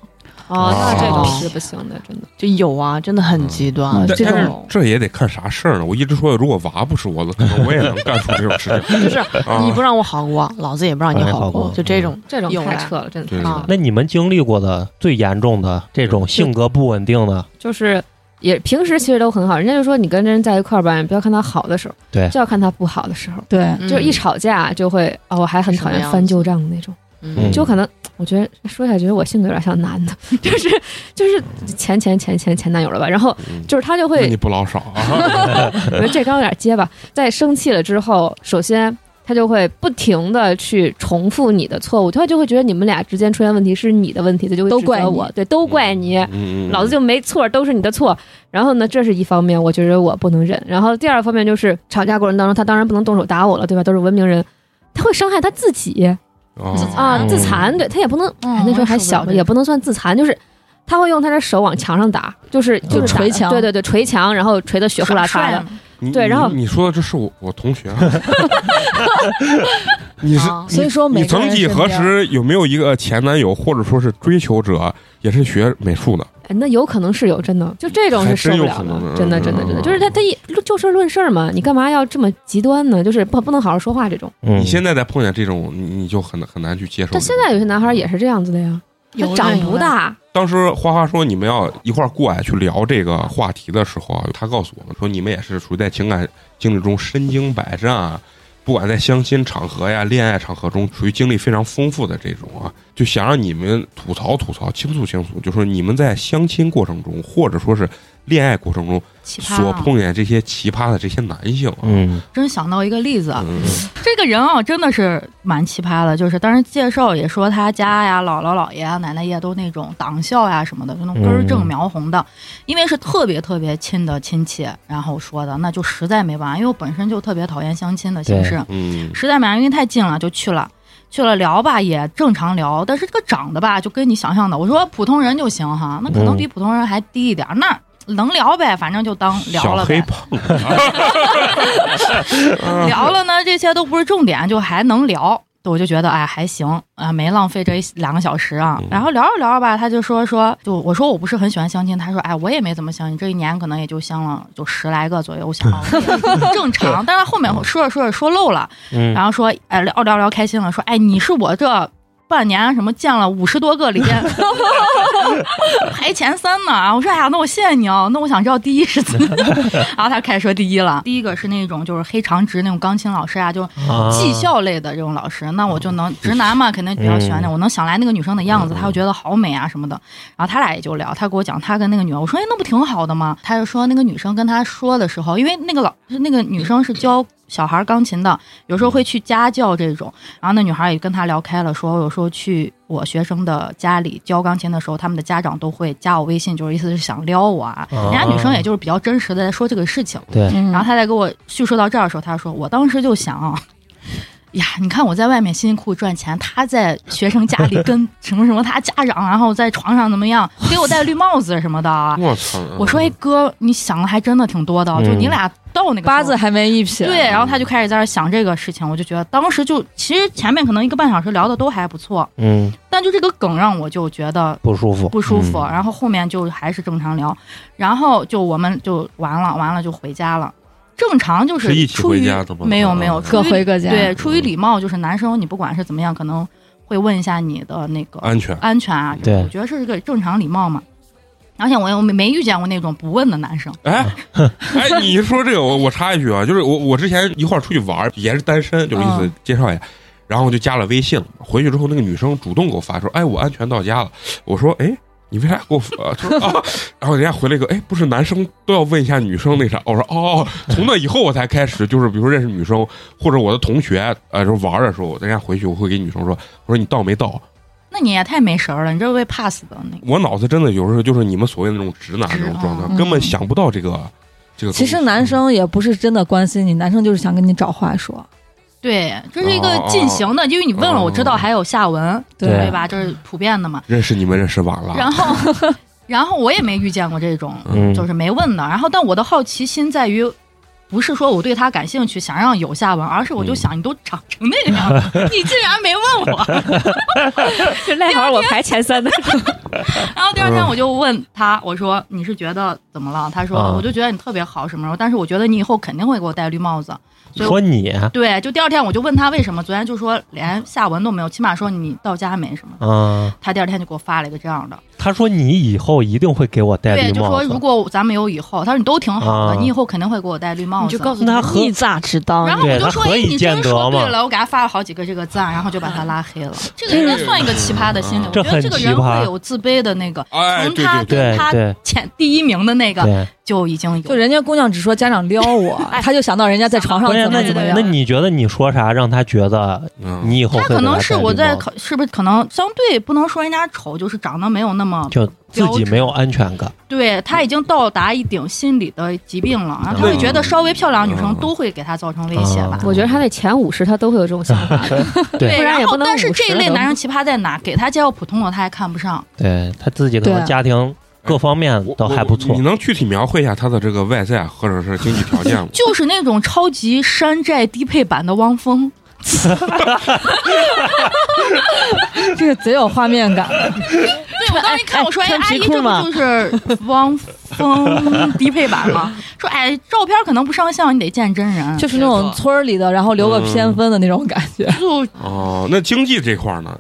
哦，那这啊种是不行的，真的。就有啊，真的很极端嗯。但这但是种这也得看啥事儿呢。我一直说，如果娃不是我的，可能我也能干出这种事 <laughs> 情。就是啊你不让我好过，老子也不让你哎好好过过，就这种这种有太的扯了，真的对太扯了。那你们经历过的最严重的这种性格不稳定的，就是也平时其实都很好，人家就说你跟人在一块儿吧，你不要看他好的时候，对就要看他不好的时候。 <laughs> 对，嗯就是一吵架就会啊、我还很讨什么样厌子翻旧账的那种，嗯就可能我觉得说起来觉得我性格有点像男的， <laughs> 就是就是前前前前前男友了吧，然后嗯就是他就那会你不老少啊？我们这刚有点结巴，在生气了之后，首先他就会不停的去重复你的错误，他就会觉得你们俩之间出现问题是你的问题，他就会都指责怪你我，对，都怪你，嗯，嗯老子就没错，都是你的错。然后呢，这是一方面，我觉得我不能忍。然后第二方面就是吵架过程当中，他当然不能动手打我了，对吧？都是文明人。他会伤害他自己啊嗯啊，嗯自残，对他也不能，嗯哎那时候还嗯小着，也不能算自残，就是他会用他的手往墙上打，就是就是打捶嗯墙对对对，捶墙，然后捶的血呼啦帅嚓的了，你对你然后你说的这是我我同学 <laughs> 啊， <laughs> 你是啊所以说每你个人曾几身何边时有没有一个前男友或者说是追求者也是学美术的？哎那有可能是有真的，就这种是受不还真了有可能的，真的嗯真的真的，嗯就是他他一就事论事嘛，你干嘛要这么极端呢？就是不不能好好说话这种。嗯你现在再碰见这种，你你就很很难去接受。但现在有些男孩也是这样子的呀，他有的长有不的大，当时花花说你们要一块儿过啊来去聊这个话题的时候啊，她告诉我们说你们也是属于在情感经历中身经百战啊，不管在相亲场合呀、恋爱场合中，属于经历非常丰富的这种啊，就想让你们吐槽吐槽、倾诉倾诉，就说你们在相亲过程中或者说是恋爱过程中奇葩所啊！碰见这些奇葩的这些男性啊，嗯真想到一个例子，啊。嗯，这个人啊，真的是蛮奇葩的。就是当时介绍也说他家呀、姥姥姥爷啊、奶奶爷都那种党校啊呀什么的，就那种根儿正苗红的。因为是特别特别亲的亲戚，然后说的，那就实在没办法，因为我本身就特别讨厌相亲的形式，嗯实在没办法，因为太近了就去了。去了聊吧，也正常聊，但是这个长得吧，就跟你想象的，我说普通人就行哈，那可能比普通人还低一点，那能聊呗，反正就当聊小了黑呗。胖聊了呢，这些都不是重点，就还能聊。对我就觉得哎还行啊，没浪费这一两个小时啊嗯。然后聊着聊着吧，他就说说，就我说我不是很喜欢相亲，他说哎我也没怎么相亲，这一年可能也就相了就十来个左右，我想啊正常。但是后面我说着说着说漏了，嗯然后说哎聊聊聊开心了，说哎你是我这半年什么见了五十多个里 <laughs> 边排前三呢啊！我说哎呀，那我谢谢你哦，那我想知道第一是怎么，然后他开始说第一了，第一个是那种就是黑长直那种钢琴老师啊，就啊技校类的这种老师，那我就能直男嘛，肯定比较喜欢那，我能想来那个女生的样子，他就觉得好美啊什么的。然后他俩也就聊，他给我讲他跟那个女，我说哎那不挺好的吗？他就说那个女生跟他说的时候，因为那个老那个女生是教小孩钢琴的，有时候会去家教这种。然后那女孩也跟他聊开了，说有时候去我学生的家里教钢琴的时候，他们的家长都会加我微信，就是意思是想撩我啊。人家女生也就是比较真实的在说这个事情。对，嗯然后他在给我叙述到这儿的时候，他说：“我当时就想啊，呀，你看我在外面辛辛苦苦赚钱，他在学生家里跟什么什么他家长，然后在床上怎么样，给我戴绿帽子什么的啊。我操！我说：“哎哥，你想的还真的挺多的，就你嗯俩到那个时候八字还没一撇，对，然后他就开始在那儿想这个事情，我就觉得当时就其实前面可能一个半小时聊的都还不错，嗯，但就这个梗让我就觉得不舒服，不舒服，嗯然后后面就还是正常聊，然后就我们就完了，完了就回家了。正常就是是一起出回于家的吗没有嗯没有，出各于回各家。对，出于礼貌，就是男生你不管是怎么样，可能会问一下你的那个安全，安全啊，嗯对我觉得这是个正常礼貌嘛。而且我也没没遇见过那种不问的男生，哎，哎，你说这个，我我插一句啊，就是我我之前一块儿出去玩儿，也是单身，就意思嗯介绍一下，然后我就加了微信了。回去之后，那个女生主动给我发说：“哎，我安全到家了。”我说：“哎，你为啥给我发？”她说：“啊。”然后人家回了一个：“哎，不是男生都要问一下女生那啥？”我说：“哦。”从那以后我才开始，就是比如说认识女生或者我的同学，呃，就是玩儿的时候，人家回去我会给女生说：“我说你到没到那你也太没神儿了，你这被 pass 的那？”个。我脑子真的有时候就是你们所谓的那种直男直那种状态，嗯根本想不到这个这个东西。其实男生也不是真的关心你，男生就是想跟你找话说。对，这是一个进行的，因为你问了，我知道还有下文，对对吧？这是普遍的嘛。认识你们认识晚了。然后， <laughs> 然后我也没遇见过这种，嗯就是没问的。然后，但我的好奇心在于，不是说我对他感兴趣，想让有下文，而是我嗯就想，你都长 <laughs> 成那个样子，你竟然没问我， <laughs> 就那会儿我排前三的，然后第二天嗯我就问他，我说你是觉得怎么了？他啊说我就觉得你特别好什么什么，但是我觉得你以后肯定会给我戴绿帽子。所以我说你对，就第二天我就问他为什么，昨天就说连下文都没有，起码说你到家没什么。啊，他第二天就给我发了一个这样的，他说你以后一定会给我戴对，绿就帽说子如。果咱们有以后，他说你都挺好的，啊你以后肯定会给我戴绿帽你子。就告诉那他和你咋知道呢然？后我对就他说，何哎，以你见真得说对嘛了，我给他发了好几个这个赞，然后就把他拉黑了。这个人算一个奇葩的心理，我这觉得很这个奇人葩会有自卑的那个，哎，从对他对对，对跟他对前第一名的那个对，就已经有就人家姑娘只说家长撩 <laughs> 我，他哎就想到人家在床上关键怎那么你怎么那样。你觉得你说啥让他觉得嗯，你以后会他给可他能戴是绿我在帽子可是不是可能相对不能说人家丑，就是长得没有那么就自己标志没有安全感，对他已经到达一顶心理的疾病了，然后他嗯会觉得稍微漂亮的女生都会给他造成威胁吧。我觉得他那前五十他都会有这种想法的，对不然也然后不能但是这一类50男人奇葩在哪？给他介绍普通的他还看不上，？对他自己可能对家庭各方面哎我嗯都还不我错你，能具体描绘一下他的这个外在或者是经济条件 <laughs> 吗就是那种超级山寨低配版的汪峰。这个嗯贼有画面感，对我当时一看，我说：“哎，穿阿皮姨，裤这吗不就是汪峰低配版 <laughs> 吗？”说：“哎，照片可能不上相，你得见真人。”就是那种村儿里的，然后留嗯个偏分的那种感 <laughs> 觉。就哦，那经济这块儿呢？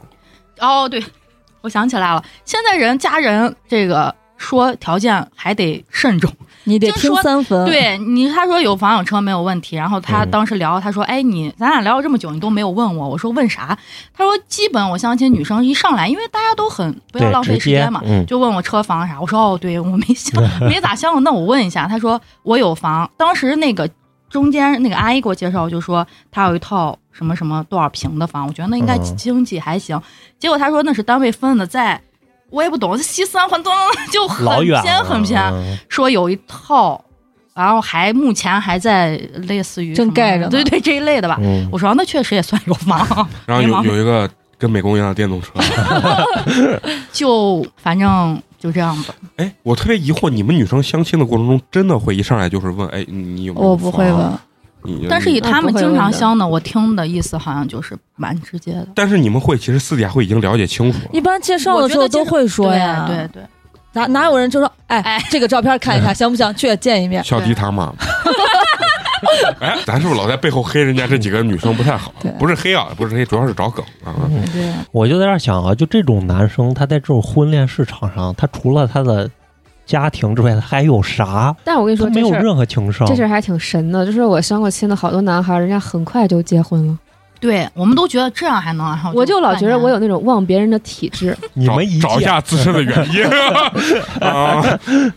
哦，对，我想起来了，现在人家人这个说条件还得慎重。你得就听说三嗯分，，对你，他说有房有车没有问题，然后他嗯当时聊，他说：“哎，你咱俩聊了这么久，你都没有问我。”我说：“问啥？”他说：“基本我相亲女生一上来，因为大家都很不要对浪直费时接间嘛，嗯就问我车房啥。”我说：“哦，<laughs> 对，我没想没咋想过，那我问一下。”他说：“我有房。”当时那个中间那个阿姨给我介绍，就说她有一套什么什么多少平的房，我觉得那应该嗯经济还行。结果他说那是单位分的，在。我也不懂，西三环东就很老远偏了很偏，嗯说有一套，然后还目前还在类似于正什么盖着呢对对这一类的吧。嗯，我说那确实也算有 <laughs> 房，然后没有毛病有一个跟美工一样的电 <laughs> 动车。就反正就这样吧。哎，我特别疑惑，你们女生相亲的过程中，真的会一上来就是问，哎，你有没有 <laughs> 我不会房问，你但是以你他们经常相的，我听的意思好像就是蛮直接的。嗯但是你们会其实私底下会已经了解清楚一了。般介绍的时候都会说呀，对对对，哪哪有人就说，哎哎，这个照片看一下，想不想去见一面？小迪他 <laughs> 妈。哎，咱是不是老在背后黑人家这几个女生不太好对？不是黑啊，不是黑，主要是找梗啊。对，我就在这儿想啊，就这种男生，他在这种婚恋市场上，他除了他的家庭之外，他还有啥？但是我跟你他说，没这有事儿任何情商这。事儿还挺神的，就是我相过亲的好多男孩儿，人家很快就结婚了。对我们都觉得这样还能，然后我就老觉得我有有那种忘别人的体质，你找们一找一见下自身的原 <laughs> 因啊，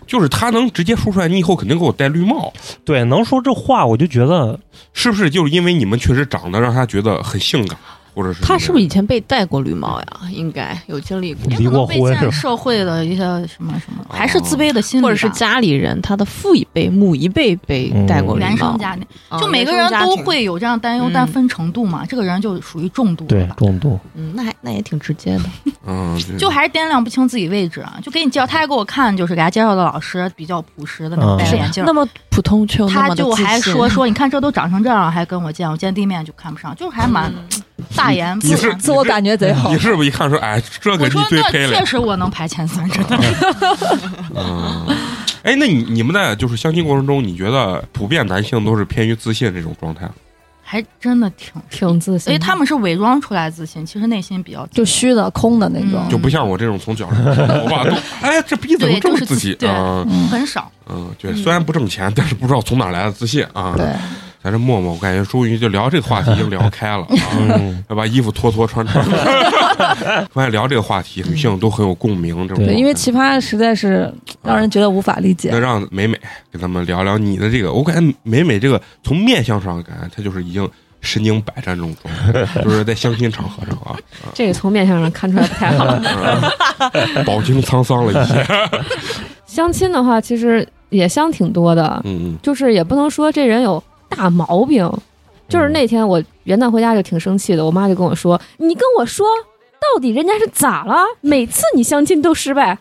就是他能直接说出来，你以后肯定给我戴绿帽，对能说这话，我就觉得是不是？就是因为你们确实长得让他觉得很性感，或者是他是不是以前被戴过绿帽呀？应该有经历过，离过被婚是现在吧？哦社会的一些什么什么，还是自卑的心理吧，或者是家里人，他的父一辈、母一辈被戴过绿原帽生，家庭，啊就每个人都。原生家庭会有这样担忧，嗯但分程度嘛，这个人就属于重度对了吧。中 <laughs> 毒，嗯，那还那也挺直接的。嗯，对就还是掂量不清自己位置啊，就给你介绍，他还给我看，就是给他介绍的老师比较朴实的那嗯种戴着眼镜儿，那么普通却又那他么的就自信还说说，你看这都长成这样了，还跟我见，我见第一面就看不上，就是还蛮嗯大言不你是惭。自我感觉贼好你。是不是一看说，哎，这个我一说堆那配确了？实我能排前三， <laughs> 真的。嗯，哎，那你你们在就是相亲过程中，你觉得普遍男性都是偏于自信这种状态吗？还真的挺。挺自信所的。以哎他们是伪装出来自信，其实内心比较自就信虚的、空的那种嗯，就不像我这种从脚 <laughs> 上头发都，哎，这逼怎么对这么就是自自信对啊？嗯，很少。嗯，对，虽然不挣钱，但是不知道从哪来的自信啊。对，咱这默默，我感觉终于就聊这个话题已经聊开了啊，嗯，要把衣服脱脱穿穿。发现聊这个话题，女性都很有共鸣，这种对，因为奇葩实在是让人觉得无法理解那。让美美跟咱们聊聊你的这个，我感觉美美这个从面相上感觉她就是已经身经百战这种状态， <laughs> 就是在相亲场合上啊，这个从面相上看出来不太好。 <laughs> 嗯饱经沧桑了一些。相亲的话，其实也相挺多的，嗯就是也不能说这人有大毛病。就是那天我元旦回家就挺生气的，我妈就跟我说：“你跟我说到底人家是咋了？每次你相亲都失败。”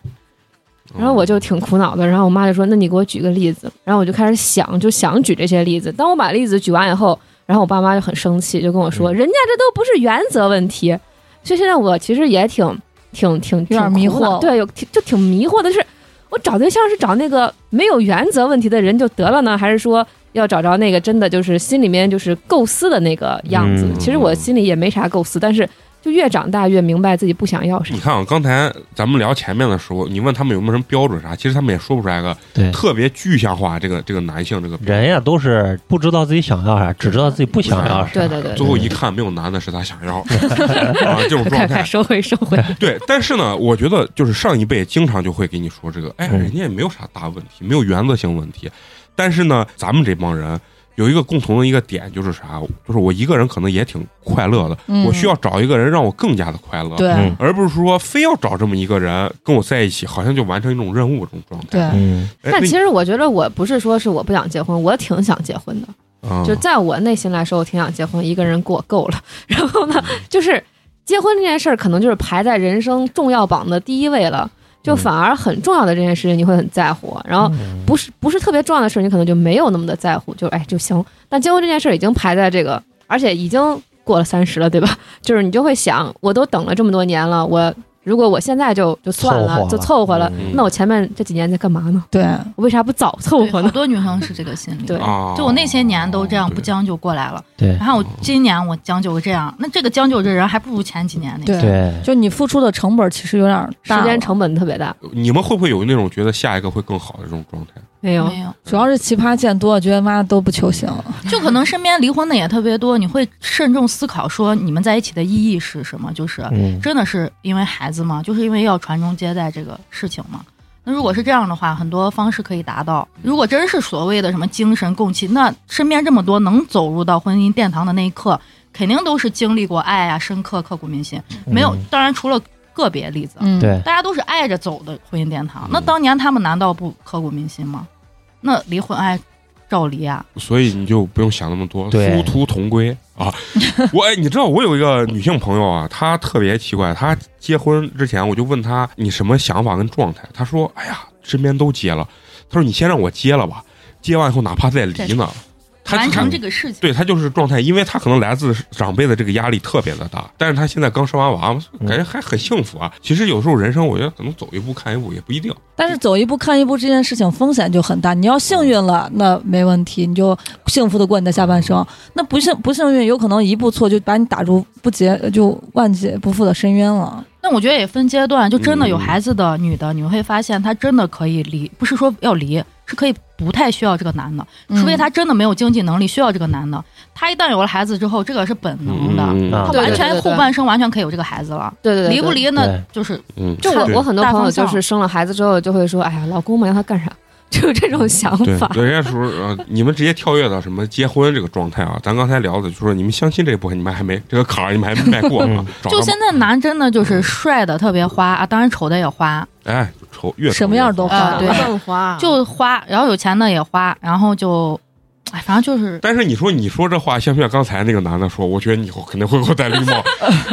嗯，然后我就挺苦恼的，然后我妈就说：“那你给我举个例子。”然后我就开始想，就想举这些例子。当我把例子举完以后，然后我爸妈就很生气，就跟我说：“嗯人家这都不是原则问题。”所以现在我其实也挺挺挺有点挺迷苦恼惑对，有挺就挺迷惑的就是，我找对象是找那个没有原则问题的人就得了呢，还是说要找着那个真的就是心里面就是构思的那个样子？嗯其实我心里也没啥构思，但是就越长大越明白自己不想要啥你。看啊，刚才咱们聊前面的时候，你问他们有没有什么标准啥，其实他们也说不出来个对，特别具象化这个这个男性这个标准人呀都是不知道自己想要啥，只知道自己不想要啥。对对对最后一看，没有男的是他想要啊这 <laughs> 种状快快态。收回收 <laughs> 回，对，但是呢，我觉得就是上一辈经常就会给你说这个，哎呀，嗯人家也没有啥大问题，没有原则性问题。但是呢，咱们这帮人有一个共同的一个点就是啥，就是我一个人可能也挺快乐的，嗯我需要找一个人让我更加的快乐，对嗯而不是说非要找这么一个人跟我在一起，好像就完成一种任务这种状态。对，嗯，哎但那其实我觉得我不是说是我不想结婚，我挺想结婚的。啊就在我内心来说，我挺想结婚，一个人过够了。然后呢，就是结婚这件事儿，可能就是排在人生重要榜的第一位了。就反而很重要的这件事情，你会很在乎，然后不是不是特别重要的事儿，你可能就没有那么的在乎，就哎就行。但结婚这件事儿已经排在这个，而且已经过了三十了，对吧？ <laughs> 就是你就会想，我都等了这么多年了，我如果我现在就就算了，凑合了就凑合了，嗯那我前面这几年在干嘛呢？对，我为啥不早凑对合好呢？多女生是这个心理。对啊，就我那些年都这样对不将就过来了，对然后我今年我将就个这样，那这个将就这人还不如前几年那个。对对，就你付出的成本其实有点儿大时了，间成本特别大，你们会不会有那种觉得下一个会更好的这种状态？没有没有，主要是奇葩见多，觉得妈都不求行了。 <laughs> 就可能身边离婚的也特别多，你会慎重思考说你们在一起的意义是什么？就是嗯，真的是因为孩子吗？就是因为要传宗接代这个事情吗？那如果是这样的话，很多方式可以达到。如果真是所谓的什么精神共契，那身边这么多能走入到婚姻殿堂的那一刻，肯定都是经历过爱啊，深刻刻骨铭心。没有嗯，当然除了个别例子，嗯，对，大家都是爱着走的婚姻殿堂嗯。那当年他们难道不刻骨铭心吗？那离婚爱照离啊，所以你就不用想那么多，对殊途同归啊！ <laughs> 我哎，你知道我有一个女性朋友啊，她特别奇怪，她结婚之前我就问她你什么想法跟状态，她说：“哎呀，身边都结了。”她说：“你先让我结了吧，结完以后哪怕再离呢。”她完成她这个事情。对她就是状态，因为她可能来自长辈的这个压力特别的大，但是她现在刚生完娃嘛，嗯感觉还很幸福啊。其实有时候人生我觉得可能走一步看一步也不一定。但是走一步看一步这件事情风险就很大。你要幸运了，那没问题，你就幸福的过你的下半生。那不幸不幸运，有可能一步错就把你打入不劫就万劫不复的深渊了。那我觉得也分阶段，就真的有嗯孩子的女的，你会发现她真的可以离，不是说要离，是可以不太需要这个男的，嗯除非她真的没有经济能力需要这个男的。她一旦有了孩子之后，这个是本能的，嗯啊她对完对全对对后半生完全可以有这个孩子了。对对对，离不对离对呢，就是嗯，就我对我很多大朋友方就向是生了孩子之后就会说，哎呀，老公嘛，让他干啥， <laughs> 就有这种想对法，。对人家说呃，你们直接跳跃到什么结婚这个状态啊？咱刚才聊的就说你们相亲这一部分，你们还没这个坎儿，你们还没迈过啊嗯？找就到现在男真的就是帅的特别花啊，当然丑的也花，哎，愁越什么样都好。花啊对 <laughs> 乱花就花，然后有钱的也花，然后就，哎，反正就是但是你说你说这话像不像刚才那个男的说？我觉得你以后肯定会给我戴绿帽，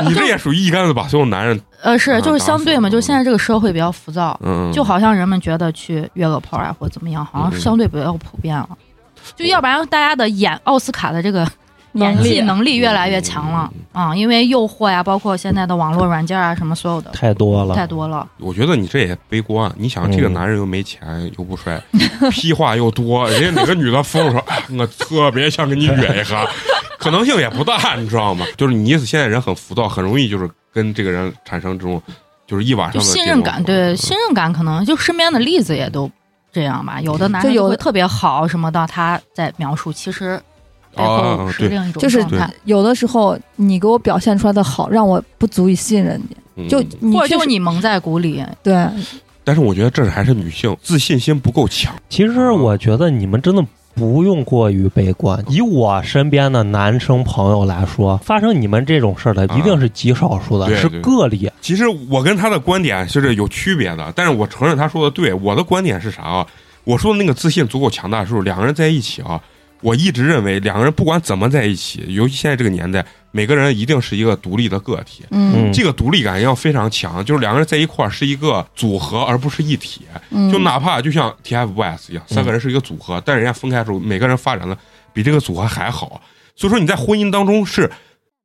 你这也属于一竿子把所有男人呃是嗯就是相对打嘛，死就现在这个社会比较浮躁，嗯就好像人们觉得去约个炮啊或者怎么样，好像相对比较普遍了，就要不然大家的演奥斯卡的这个演技能力越来越强了嗯啊、因为诱惑呀，包括现在的网络软件啊什么所有的太多了，太多了，我觉得你这也背锅。啊你想，这个男人又没钱又不 <laughs> 帅，屁话又多，人家哪个女的疯了说，哎我特别想跟你约一 <laughs> 下，可能性也不大，你知道吗？就是你意思，现在人很浮躁，很容易就是跟这个人产生这种就是一晚就上的信这任种感，对信任感可能就身边的例子也都这样吧。嗯有的男就生有的会特别好什么的，他在描述，其实背啊后，是对，另一种就是状态，有的时候你给我表现出来的好，让我不足以信任你，嗯就你或者确就实是你蒙在鼓里。对但是我觉得这还是女性自信心不够强，其实我觉得你们真的不用过于悲观。以我身边的男生朋友来说，发生你们这种事儿的啊一定是极少数的，对是对个例。其实我跟他的观点是有区别的，但是我承认他说的对。我的观点是啥啊？我说的那个自信足够强大的时候，两个人在一起啊，我一直认为两个人不管怎么在一起，尤其现在这个年代，每个人一定是一个独立的个体，嗯嗯这个独立感要非常强，就是两个人在一块儿是一个组合，而不是一体。嗯，就哪怕就像 TFBOYS 一样，三个人是一个组合，但是人家分开的时候，每个人发展的比这个组合还好。所以说你在婚姻当中是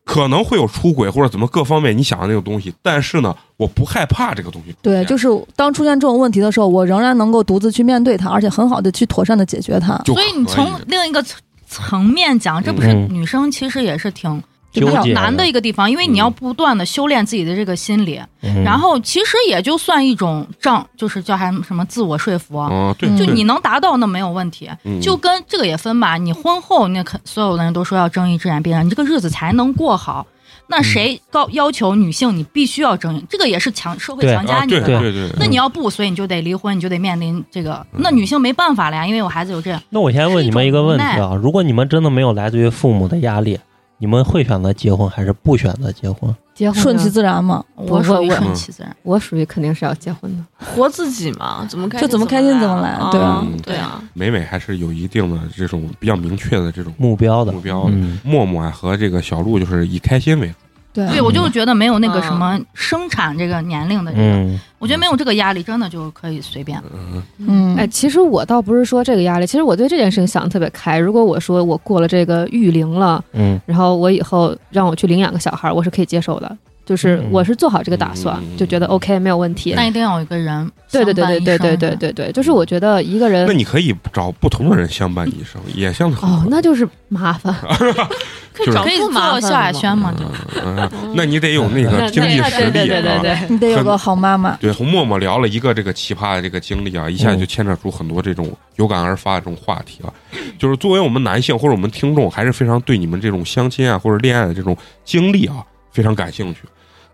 可能会有出轨或者怎么各方面你想的那种东西，但是呢，我不害怕这个东西出现。对，就是当出现这种问题的时候，我仍然能够独自去面对它，而且很好的去妥善的解决它。就所以你可从另一个层层面讲，这不是嗯女生其实也是挺纠比较结难的一个地方，因为你要不断的修炼自己的这个心理，嗯嗯然后其实也就算一种障，就是叫还什么自我说服。嗯，对，嗯就对你能达到那没有问题，嗯就跟这个也分吧。你婚后那肯所有的人都说要睁一只眼闭一只眼，你这个日子才能过好。那谁高要求女性你必须要睁眼？这个也是强社会对强加啊，你对的。对对，那你要不，所以你就得离婚，你就得面临这个。那女性没办法了呀，因为我孩子有这样。那我先问你们一个问题啊：如果你们真的没有来自于父母的压力，你们会选择结婚还是不选择结婚？结婚顺啊其自然嘛，我不属于我顺其自然。我属于肯定是要结婚的。活自己嘛，怎么开就怎么开心怎么来对啊啊嗯，对啊，美美还是有一定的这种比较明确的这种目标的目，标的。嗯，默默啊和这个小鹿就是以开心为主，对对，我就是觉得没有那嗯个什么生产这个年龄的这个，嗯，我觉得没有这个压力，真的就可以随便。嗯，嗯，哎，其实我倒不是说这个压力，其实我对这件事情想的特别开。如果我说我过了这个育龄了，嗯，然后我以后让我去领养个小孩，我是可以接受的，就是嗯我是做好这个打算，嗯就觉得 OK 没有问题。但一定要有一个人对相对对伴对一对生对对的。对对，就是我觉得一个人那你可以找不同的人相伴一生，也像很哦，那就是麻烦。啊就可是找可以不麻做萧烦亚吗轩嘛？对嗯嗯那你得有那个那经济那实对力对对啊。对你得有个好妈妈。对，从默默聊了一个这个奇葩的这个经历啊，一下就牵扯出很多这种有感而发的这种话题啊。就是作为我们男性或者我们听众，还是非常对你们这种相亲啊或者恋爱的这种经历啊非常感兴趣。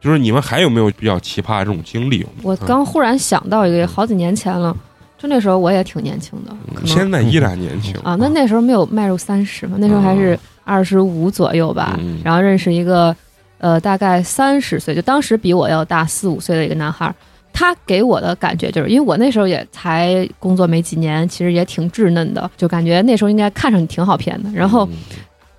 就是你们还有没有比较奇葩的这种经历？我刚忽然想到一个，好几年前了，就那时候我也挺年轻的，可嗯能现在依然年轻嗯啊，那那时候没有迈入三十嘛，那时候还是二十五左右吧，啊嗯然后认识一个呃大概三十岁，就当时比我要大四五岁的一个男孩儿。他给我的感觉就是，因为我那时候也才工作没几年，其实也挺稚嫩的，就感觉那时候应该看上去挺好骗的。然后嗯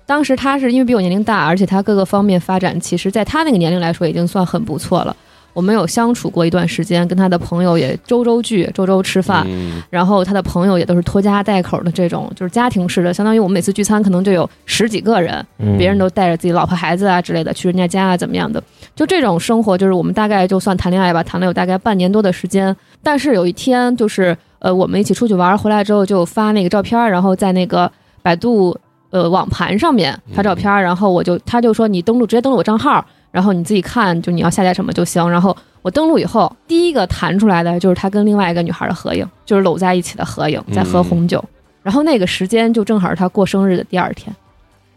当时他是因为比我年龄大，而且他各个方面发展，其实在他那个年龄来说已经算很不错了。我们有相处过一段时间，跟他的朋友也周周聚，周周吃饭，嗯然后他的朋友也都是拖家带口的这种，就是家庭式的，相当于我们每次聚餐可能就有十几个人，嗯别人都带着自己老婆孩子啊之类的去人家家啊怎么样的，就这种生活，就是我们大概就算谈恋爱吧，谈了有大概半年多的时间。但是有一天，就是呃，我们一起出去玩，回来之后就发那个照片儿，然后在那个百度呃网盘上面发照片儿，然后我就他就说你登录直接登录我账号，然后你自己看，就你要下载什么就行。然后我登录以后，第一个弹出来的就是他跟另外一个女孩的合影，就是搂在一起的合影，在喝嗯红酒。然后那个时间就正好是他过生日的第二天。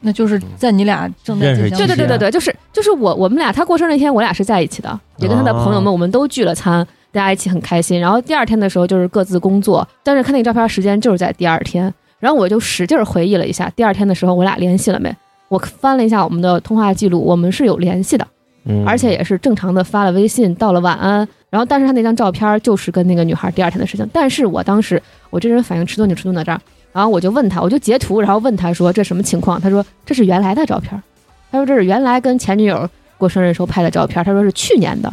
那就是嗯在你俩正在进行对对对对啊对，就是就是我我们俩，他过生日那天，我俩是在一起的，也跟他的朋友们，我们都聚了餐，大家一起很开心。然后第二天的时候就是各自工作，但是看那个照片时间就是在第二天。然后我就使劲儿回忆了一下，第二天的时候我俩联系了没？我翻了一下我们的通话记录，我们是有联系的，嗯而且也是正常的发了微信，道了晚安。然后，但是他那张照片就是跟那个女孩第二天的事情。但是我当时我这人反应迟钝就迟钝到这儿，然后我就问他，我就截图，然后问他说这什么情况？他说这是原来的照片，他说这是原来跟前女友过生日时候拍的照片，他说是去年的。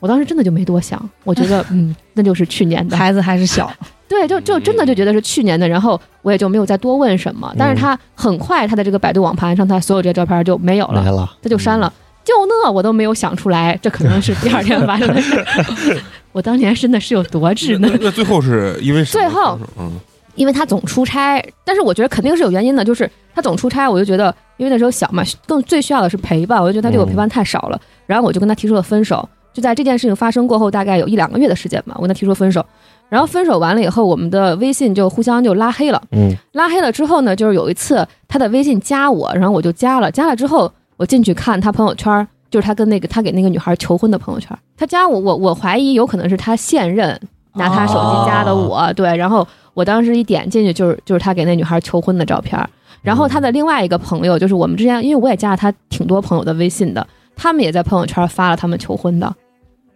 我当时真的就没多想，我觉得嗯，那就是去年的。孩子还是小，对，就就真的就觉得是去年的，然后我也就没有再多问什么。但是他很快，他的这个百度网盘上，他所有这些照片就没有了来。了，他就删了。就那我都没有想出来，这可能是第二天发生的事儿。 <laughs> 我当年真的 <laughs> 是有多稚那 <laughs> 嫩，那最后是因为什么最后嗯因为他总出差，但是我觉得肯定是有原因的，就是他总出差，我就觉得因为那时候小嘛，更最需要的是陪伴，我就觉得他对我陪伴太少了，然后我就跟他提出了分手。就在这件事情发生过后，大概有一两个月的时间吧，我跟他提出了分手。然后分手完了以后，我们的微信就互相就拉黑了。嗯拉黑了之后呢，就是有一次他的微信加我，然后我就加了，加了之后我进去看他朋友圈儿，就是他跟那个他给那个女孩求婚的朋友圈儿。他加我，我我怀疑有可能是他现任拿他手机加的我，对。然后我当时一点进去就是就是他给那女孩求婚的照片儿，然后他的另外一个朋友就是我们之前，因为我也加了他挺多朋友的微信的，他们也在朋友圈发了他们求婚的。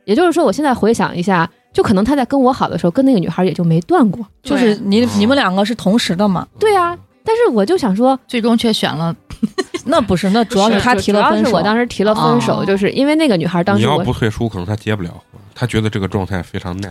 也就是说，我现在回想一下，就可能他在跟我好的时候，跟那个女孩也就没断过。就是你你们两个是同时的嘛？对啊，但是我就想说，最终却选了那不是，那主嗯要是他提了主分要是手我。当时提了分手，哦就是因为那个女孩当你时要我不退出，可能他结不了婚，他觉得这个状态非常难，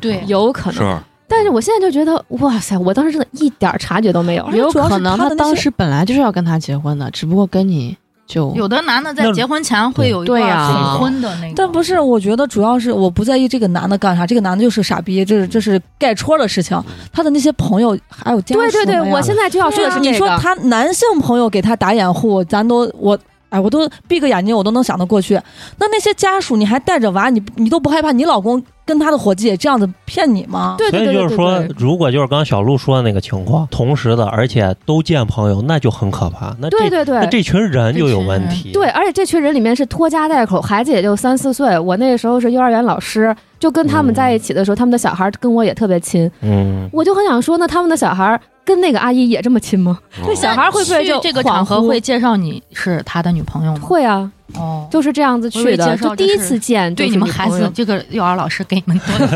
对有可是能，吧？但是我现在就觉得，哇塞，我当时真的一点儿察觉都没有而。且有主要是可能他的他那当些时本来就是要跟他结婚的，只不过跟你就有的男的在那结婚前会有一对段呀很婚的那个，但不是，我觉得主要是我不在意这个男的干啥，这个男的就是傻逼，这是这是盖戳的事情。他的那些朋友还有家属对对对，们呀啊我现在就要说的是这个。你说他男性朋友给他打掩护，咱都我哎，我都闭个眼睛，我都能想得过去。那那些家属，你还带着娃，你你都不害怕你老公跟他的伙计也这样子骗你吗？对所对以对就是对说对，如果就是刚刚小鹿说的那个情况，同时的，而且都见朋友，那就很可怕。那这对对那这对。群人就有问题。对，，而且这群人里面是拖家带口，孩子也就三四岁。我那个时候是幼儿园老师，就跟他们在一起的时候，他们的小孩跟我也特别亲。嗯，我就很想说，那他们的小孩跟那个阿姨也这么亲吗？哦这小孩会不会去就这个恍场合惚会介绍你是他的女朋友吗？会啊，哦，就是这样子去我以的，为介绍就第一次见就对是你们女孩朋子友，这个幼儿老师给你们多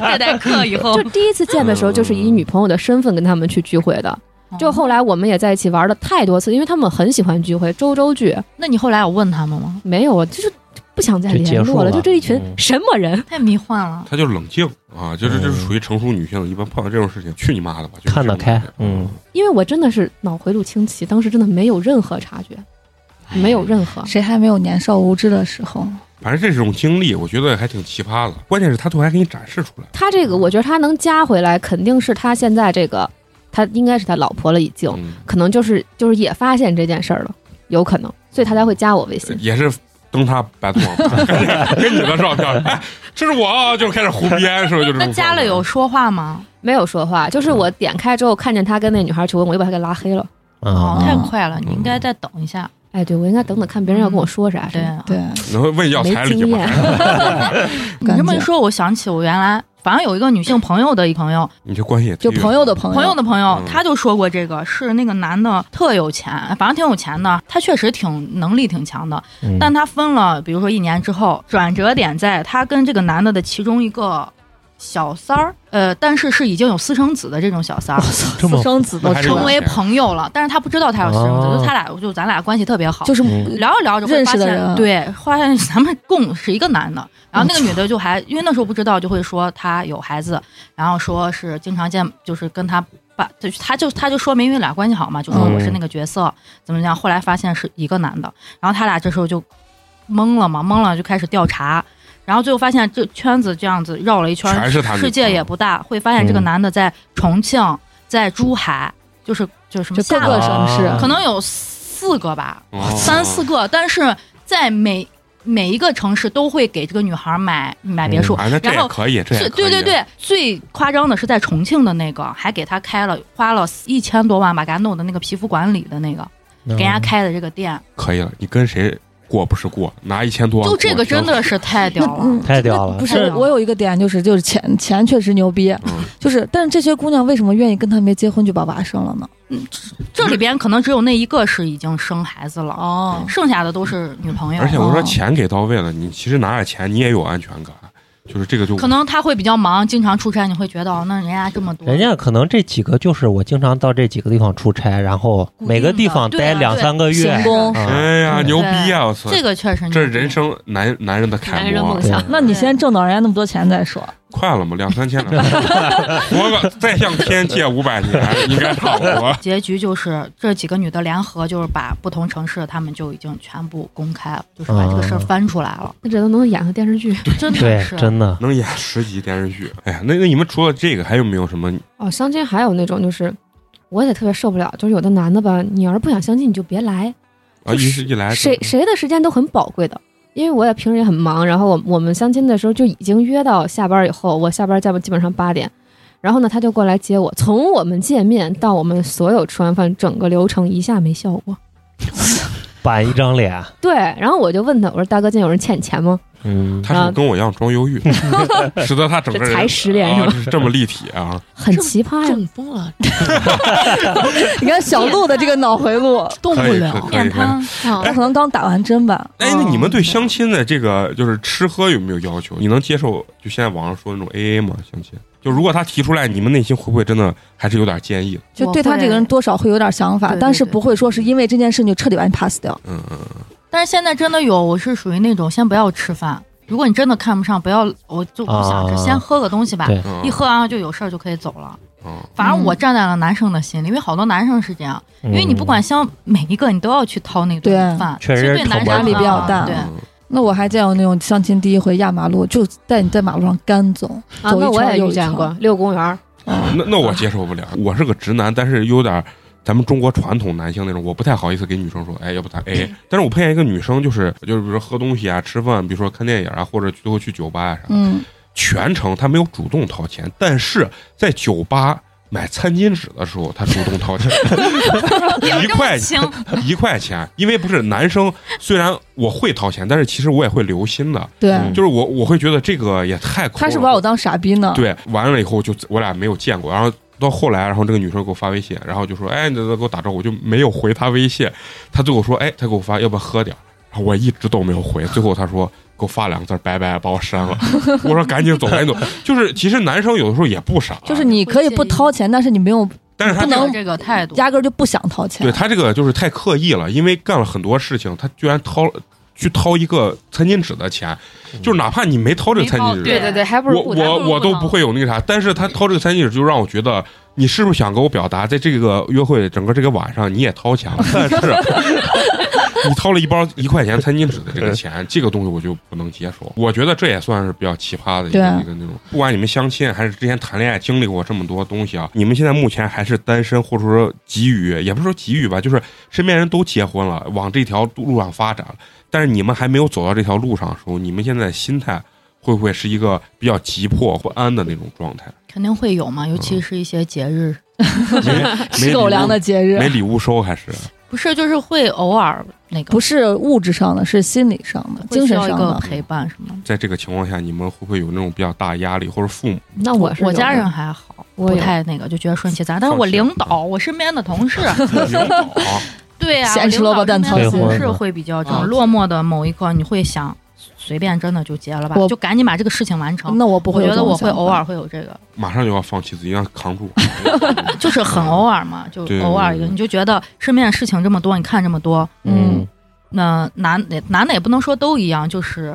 <laughs> 这代课以后就，第一次见的时候，就是以女朋友的身份跟他们去聚会的。就哦后来我们也在一起玩了太多次，因为他们很喜欢聚会，周周聚那你后来有问他们吗？没有啊，就是不想再就结联束络了，了就这一群嗯什么人，太迷幻了，他就是冷静啊，就是嗯这是属于成熟女性，一般碰到这种事情，去你妈的吧，就是看得这种开感觉。嗯，因为我真的是脑回路清奇，当时真的没有任何察觉，没有任哎何。谁还没有年少无知的时候？反正这种经历，我觉得还挺奇葩的。关键是他最后还给你展示出来，他这个，我觉得他能加回来，肯定是他现在这个，他应该是他老婆了，已经嗯，可能就是就是也发现这件事儿了，有可能，所以他才会加我微嗯信。也是登他百 <laughs> 度网盘，给你的照片， <laughs> 哎，这是我啊，就开始胡编，是不是？就这种那加了有说话吗？没有说话，就是我点开之后看见他跟那女孩求婚，我就把他给拉黑了。啊，哦，太快了，你应该再等一下。哎，对，我应该等等看别人要跟我说啥。嗯对啊是吧，对，然后问要彩没礼经吗？验。 <laughs> 你这么一感觉说，我想起我原来反正有一个女性朋友的一朋友，你这关系也就忒远朋友的朋友，朋友的朋友嗯，他就说过这个是那个男的特有钱，反正挺有钱的，他确实挺能力挺强的，嗯但他分了，比如说一年之后，转折点在他跟这个男的的其中一个小三儿，呃，但是是已经有私生子的这种小三儿，这私么生子那都还是成成为为朋友了，但是他不知道他有私生子，哦就他俩就咱俩关系特别好，就是嗯聊着聊着会认发识的现人，啊对，发现咱们共是一个男的，然后那个女的就还因为那时候不知道，就会说她有孩子，然后说是经常见，就是跟她爸，就是她就她就说明因为俩关系好嘛，就说嗯我是那个角色、怎么样，后来发现是一个男的，然后他俩这时候就懵了嘛，懵了就开始调查。然后最后发现这圈子这样子绕了一圈，全是他女朋友世界也不大，会发现这个嗯男的在重庆，在珠海，就是就是什么就各下个了省市啊可能有四个吧，哦三四个，但是在每每一个城市都会给这个女孩买买别墅。啊，那这然也后可以，这也是可以啊对对对，最夸张的是在重庆的那个，还给她开了花了一千多万吧，给她弄的那个皮肤管理的那个，嗯给人家开的这个店，可以了，你跟谁过不是过，拿一千多万就过，这个真的是太屌了。嗯太屌了不太是屌，了我有一个点就是就是钱钱确实牛逼，嗯就是但是这些姑娘为什么愿意跟他没结婚就把娃生了呢？这里边可能只有那一个是已经生孩子了，哦，剩下的都是女朋友。而且我说哦钱给到位了，你其实拿点钱你也有安全感，就是这个就可能他会比较忙，经常出差，你会觉得哦，那人家这么多，人家可能这几个就是我经常到这几个地方出差，然后每个地方待两三个月，行宫。啊，哎呀嗯牛逼啊！我操，这个确实这牛是逼人生男男人的男楷人的模梦，想对，那你先挣到人家那么多钱再说。快了吗？两三千了，活个再向天借五百年，应该差不多。结局就是这几个女的联合，就是把不同城市她们就已经全部公开了，就是把这个事儿翻出来了，那这都能演个电视剧真的对，是。真的，能演十集电视剧，哎呀，那那你们除了这个还有没有什么？哦。相亲还有那种就是，我也特别受不了，就是有的男的吧，你要是不想相亲，你就别来，啊，一是一来谁谁的时间都很宝贵的。因为我也平时也很忙，然后我我们相亲的时候就已经约到下班以后，我下班在基本上八点，然后呢他就过来接我，从我们见面到我们所有吃完饭，整个流程一下没笑过。板一张脸，对，然后我就问他，我说大哥，今天有人欠你钱吗？嗯，他是不是跟我一样装忧郁，使得他整个人这才失恋是啊是这么立体啊！很奇葩呀，中风嗯了， <laughs> 你看小鹿的这个脑回 <laughs> 路，动不了可以可以哦面瘫，他可能刚打完针吧。哎，那你们对相亲的这个就是吃喝有没有要求？你能接受就现在网上说的那种 A A 吗？相亲就如果他提出来，你们内心会不会真的还是有点介意的？就对他这个人多少会有点想我法，会但是不会说是因为这件事你就彻底把你 pass 掉。嗯嗯，但是现在真的有，我是属于那种先不要吃饭，如果你真的看不上，不要，我就不想着，啊先喝个东西吧啊对，嗯一喝完就有事儿就可以走了。嗯，反正我站在了男生的心里，因为好多男生是这样，嗯因为你不管像每一个，你都要去掏那顿对饭，确实其实对男生压力比较大对，嗯那我还见过那种相亲第一回压马路，就带你在马路上干走，啊，走一那我圈也又遇一见圈过遛公园儿，那那我接受不了。我是个直男，但是有点儿咱们中国传统男性那种，我不太好意思给女生说，哎，要不咱 A。但是我碰见一个女生，就是就是比如说喝东西啊、吃饭，比如说看电影啊，或者最后去酒吧啊啥，嗯，全程她没有主动掏钱，但是在酒吧。买餐巾纸的时候，她主动掏钱，一块行，一块钱，因为不是男生，虽然我会掏钱，但是其实我也会留心的，对，嗯就是我我会觉得这个也太抠了。他是把我当傻逼呢。对，完了以后就我俩没有见过，然后到后来，然后这个女生给我发微信，然后就说：“哎，你怎么给我打招呼？”我就没有回她微信。她最后说：“哎，她给我发要不要喝点儿？”然后我一直都没有回，最后她说给我发两个字儿“拜拜”，把我删了。 <laughs> 我说：“赶紧走，赶紧走。”就是其实男生有的时候也不傻，就是你可以不掏钱，但是你没有但是他不这个能这个态度，压根儿就不想掏钱。对他这个就是太刻意了，因为干了很多事情，他居然掏去掏一个餐巾纸的钱，就是哪怕你没掏这个餐巾纸，没掏对对对，还不我如不我掏我都不会有那个啥，但是他掏这个餐巾纸就让我觉得，你是不是想给我表达，在这个约会整个这个晚上你也掏钱了， <laughs> 但是啊你掏了一包一块钱餐巾纸的这个钱，这个东西我就不能接受。我觉得这也算是比较奇葩的一个对啊一个那种，不管你们相亲还是之前谈恋爱经历过这么多东西啊，你们现在目前还是单身，或者说急于，也不是说急于吧，就是身边人都结婚了，往这条路上发展了，但是你们还没有走到这条路上的时候，你们现在的心态。会不会是一个比较急迫不安的那种状 <laughs> 态？肯定会有嘛，尤其是一些节日，没吃狗粮的节没日，礼物收还是不是就是会偶尔那个不是物质上的，是心理上的、会精需神要一上个的。陪伴什么的。在这个情况下，你们会不会有那种比较大压力，或者父 <laughs> 母那我是我有家的人还好，我不有太那个，就觉得顺其自然。但是我放心领导，我身边的同 <laughs> 事，领导啊？对呀、咸我吃领萝卜导淡身边的操同心事会比较这种嗯落寞的某一刻，你会想随便真的就结了吧我，就赶紧把这个事情完成。那我不我会有觉这得种我想法，会偶尔会有这个，马上就要放弃自己，让扛住。 <laughs> 嗯就是很哦偶尔嘛，就对偶尔一个，你就觉得身边的事情这么多，你看这么多，嗯，那男的男的也不能说都一样，就是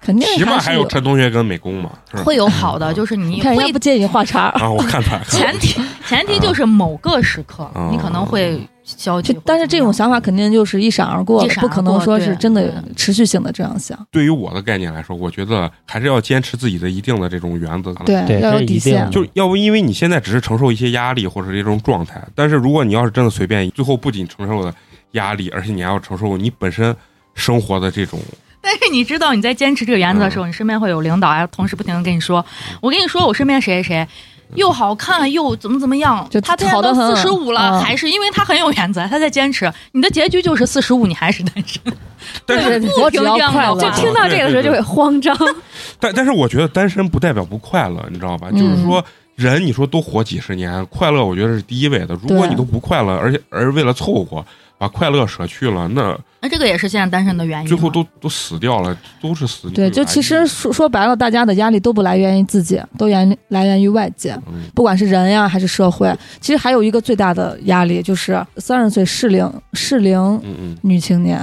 肯定起码是还有陈同学跟美工嘛，是吧会有好的，就是你你看人会家不介意画叉儿，啊，我看 <laughs> 出来了。前提前提就是某个时刻嗯，你可能会消极或者怎就么样，但是这种想法肯定就是一闪而过一的，闪而不过可能说是对真的对持续性的这样想。对于我的概念来说，我觉得还是要坚持自己的一定的这种原则。嗯对要这有一底定线的。就要不因为你现在只是承受一些压力或者是一种状态，但是如果你要是真的随便，最后不仅承受了压力，而且你还要承受你本身生活的这种但是你知道你在坚持这个原则的时候，你身边会有领导嗯啊，同事不停的跟你说，我跟你说，我身边谁谁谁。又好看又怎么怎么样？就他好现在得都很四十五了，嗯还是因为他很有原则，他在坚持。你的结局就是四十五，你还是单身。但是对对对我只要快乐就啊听到对这个对时候就对会慌张。但但是我觉得单身不代表不快乐，你知道吧？嗯就是说人，你说多活几十年，快乐我觉得是第一位的。如果对你都不快乐，而且而为了凑合把快乐舍去了，那那 <laughs> 这个也是现在单身的原因嘛。啊最后都都死掉了，都是死。哎对，有就啥其意实义说说白了，大家的压力都不来源于自己，都源来源于外界，嗯不管是人呀还是社会。其实还有一个最大的压力就是三十岁适龄适龄嗯嗯，女青年，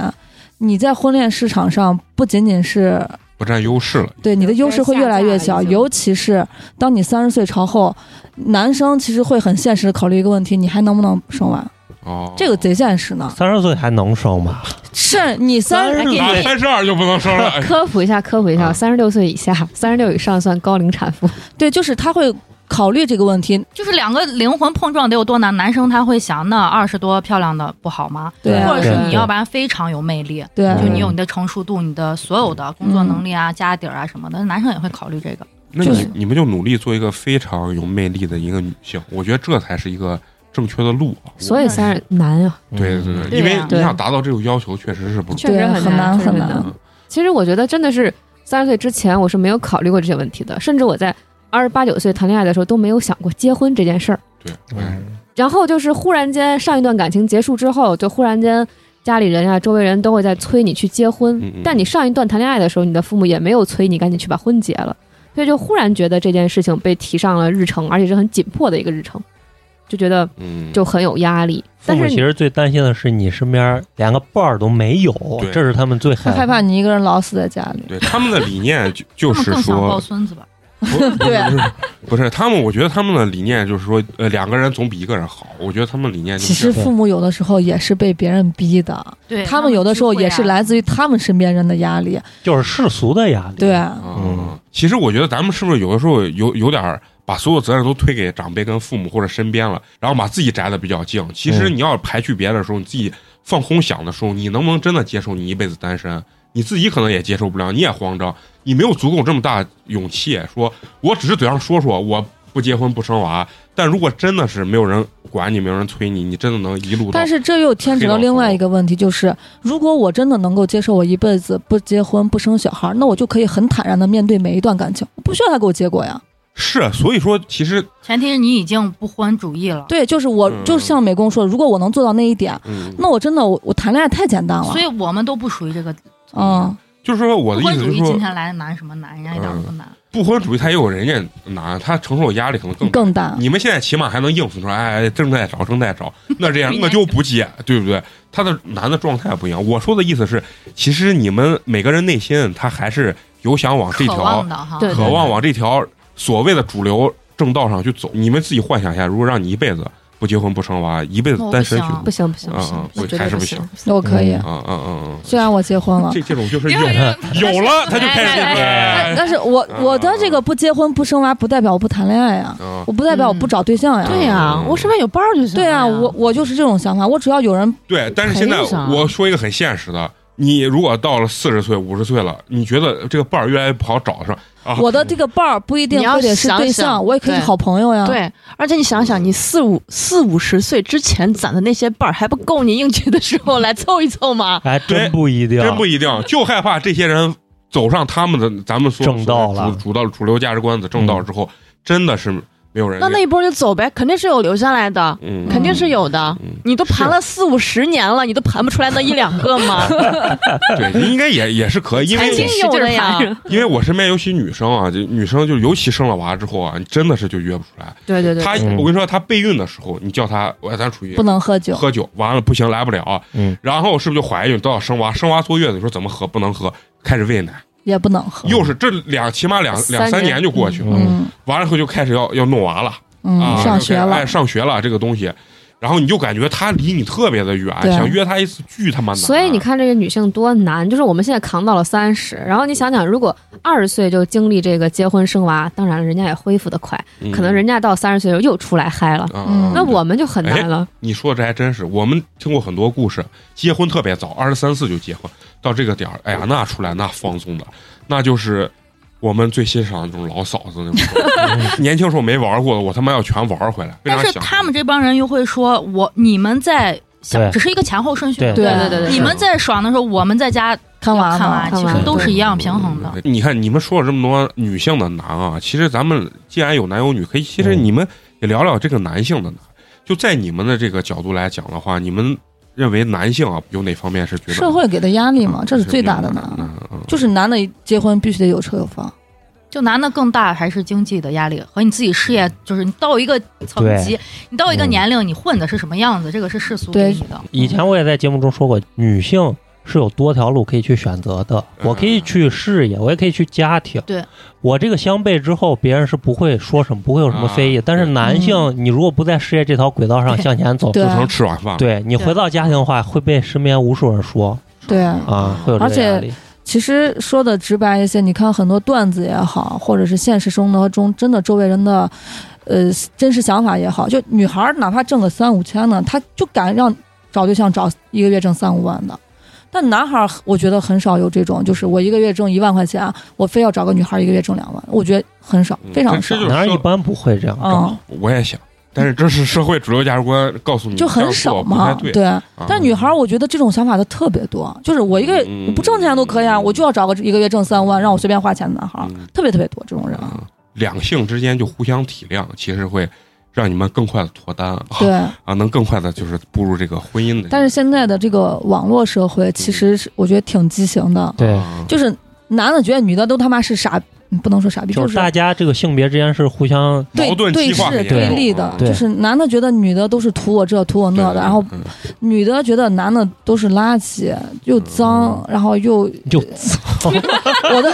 你在婚恋市场上不仅仅是不占优势了。对你的有优点势会下越来架越了小，已经尤其是当你三十岁朝后，男生其实会很现实的考虑一个问题：你还能不能生娃？哦，这个贼现实呢。三十岁还能生吗？是你三还十给打你三十二就不能生 <laughs> 了。哎科普一下，科普一啊下，三十六岁以下，三十六以上算高龄产妇。对，就是他会考虑这个问题，就是两个灵魂碰撞得有多难？男生他会想，那二十多漂亮的不好吗？对啊或者是对你要不然非常有魅力，对就嗯你有你的成熟度、你的所有的工作能力啊、家底儿啊什么的，男生也会考虑这个。那就你是你们就努力做一个非常有魅力的一个女性，我觉得这才是一个正确的路啊。所以三十难啊，对对对，对因为呀你啊想达到这种要求，确实是不容易。确实对很很难，难啊确实很很难嗯其实我觉得真的是三十岁之前，我是没有考虑过这些问题的，甚至我在二十八九岁谈恋爱的时候都没有想过结婚这件事儿。对，哎嗯我也是然后就是忽然间上一段感情结束之后，就忽然间家里人呀、啊周围人都会在催你去结婚，嗯嗯但你上一段谈恋爱的时候，你的父母也没有催你赶紧去把婚结了，所以就忽然觉得这件事情被提上了日程，而且是很紧迫的一个日程，就觉得嗯，就很有压力。父但母是其你实最担心的是你身边连个伴儿都没有，对这是他们最害他嗯害怕你一个人老死在家里。对他们的理念就就 <laughs> 他们是更想说抱孙子吧？不对不是不是他们，我觉得他们的理念就是说，呃，两个人总比一个人好。我觉得他们理念就其是实父母有的时候也是被别人逼的，对他们有的时啊候也是啊来自于于他们身边人的压力。就是世俗的压力。对，啊嗯，其实我觉得咱们是不是有的时候有有点儿把所有责任都推给长辈跟父母或者身边了，然后把自己宅的比较静。其实嗯你要排去别人的时候，你自己放空想的时候，你能不能真的接受你一辈子单身？你自己可能也接受不了，你也慌张，你没有足够这么大勇气，说我只是嘴上说说，我不结婚不生娃。但如果真的是没有人管你，没有人催你，你真的能一路到但是这又牵扯到另外一个问题，就是如果我真的能够接受我一辈子不结婚不生小孩，那我就可以很坦然的面对每一段感情，我不需要他给我结果呀。是，所以说其实前提是你已经不婚主义了。对，就是我嗯，就像美工说，如果我能做到那一点，嗯，那我真的我我谈恋爱太简单了所。以我们都不属于这个嗯，就是说我不的意婚思主就是义。今说，嗯天来难什么难，人家一点都不难。不婚主义他也有人家难，他承受的压力可能更大。更大。你们现在起码还能应付出来，哎，正在找，正在找，那这样不应该我就不接，对不对？他的男的状态不一样。我说的意思是，其实你们每个人内心他还是有想往这渴望条的哈，对渴望往这条所谓的主流正道上去走。你们自己幻想一下，如果让你一辈子不结婚不生娃，一辈子单身去，我啊不行不行不嗯行嗯，我绝还对是不行行。那我可以嗯，啊啊啊！虽然我结婚了这。这种就是有因为有了他就开始来但来对， <laughs> 但是我嗯我的这个不结婚不生娃，不代表我不谈恋爱呀，啊我不代表我不找对象呀。嗯对呀、嗯我身边有伴儿就行了对呀。啊，我我就是这种想法，我只要有人对，但是现在赔偿我说一个很现实的，你如果到了四十岁、五十岁了，你觉得这个伴儿越来越不好找上啊？我的这个伴儿不一定你要非得是对想象，想我也可以是对好朋友呀。，对，而且你想想，你四五四五十岁之前攒的那些伴儿，还不够你应届的时候来凑一凑嗯吗？还哎真不一定，真不一定，就害怕这些人走上他们的咱们说正道了嗯主主道主流价值观的正道之后，真的是没有人那那一波就走呗，肯定是有留下来的，嗯肯定是有的。嗯你都盘了四五十年了，你都盘不出来那一两个吗？对，应该也也是 <laughs> 可以，因为曾经有的呀，因为我身边尤其女生啊，就女生就尤其生了娃之后啊，你真的是就约不出来。对对对，她嗯我跟你说，她备孕的时候，你叫她我咱出去不能喝酒。喝酒，完了不行来不了，嗯，然后是不是就怀孕，都要生娃，生娃坐月子，你说怎么喝不能喝，开始喂奶，也不能喝。又是这两起码两三两三年年就过去了，嗯嗯完了后就开始要要弄娃了啊，嗯，上就学开始了哎，，上学了这个东西，然后你就感觉他离你特别的远，对啊想约他一次巨他妈难，所以你，看这个女性多难，就是我们现在扛到了三十，然后你想想，如果二十岁就经历这个结婚生娃，当然了人家也恢复的快，嗯可能人家到三十岁的时候又出来嗨了，啊嗯那我们就很难了。你说的这还真是，我们听过很多故事，结婚特别早，二十三四就结婚，到这个点儿，哎呀，那出来那放纵的，那就是我们最欣赏的那种老嫂子那种。年轻时候没玩过的，我他妈要全玩回来。为但啥是想他们这帮人又会说，我你们在对想，只是一个前后顺序，对对对对对你们在爽的时候，我们在家看完看了完，，其实都是一样平衡的。嗯你看，你们说了这么多女性的难啊，其实咱们既然有男有女，可以其实你们也聊聊这个男性的难。就在你们的这个角度来讲的话，你们认为男性啊有哪方面是觉得社会给的压力嘛，嗯这是最大的比较啊难。难的？嗯就是男的结婚必须得有车有房，就男的更大还是经济的压力和你自己事嗯业，就是你到一个层级，你到一个年龄，你混的是什么样子，这个是世俗给你的。以前我也在节目中说过，女性是有多条路可以去选择的，嗯我可以去事业，我也可以去家庭。对，我这个相悖之后，别人是不会说什么，不会有什么啊非议。但是男性，你如果不在事业这条轨道上对啊向前走，对就成吃软饭了。对你回到家庭的话，会被身边无数人说对。啊，会有这个压力。其实说的直白一些，你看很多段子也好，或者是现实生活中真的周围人的，呃，真实想法也好，就女孩儿哪怕挣个三五千呢，她就敢让找对象找一个月挣三五万的。但男孩儿我觉得很少有这种，就是我一个月挣一万块钱，我非要找个女孩儿一个月挣两万，我觉得很少，非常嗯这少这。就是男人说一般不会这样。嗯，我也想，但是这是社会主流价值观告诉你，就这很样少做嗯不嘛太，对。对。啊但女孩儿，我觉得这种想法的特别多，就是我一个月嗯我不挣钱都可以啊，我就要找个一个月挣三万让我随便花钱的男孩儿，嗯特别特别多这种人。啊两性之间就互相体谅，其实会让你们更快的脱单啊，对，啊，能更快的就是步入这个婚姻的。但是现在的这个网络社会，嗯其实是我觉得挺畸形的，对，啊就是男的觉得女的都他妈是傻，嗯不能说傻逼，就是是大家这个性别之间是互相对矛盾对激化视很严对重立的嗯，对就是男的觉得女的都是图我这图我那的，然后嗯呃女的觉得男的都是垃圾又脏，然后又就脏，我的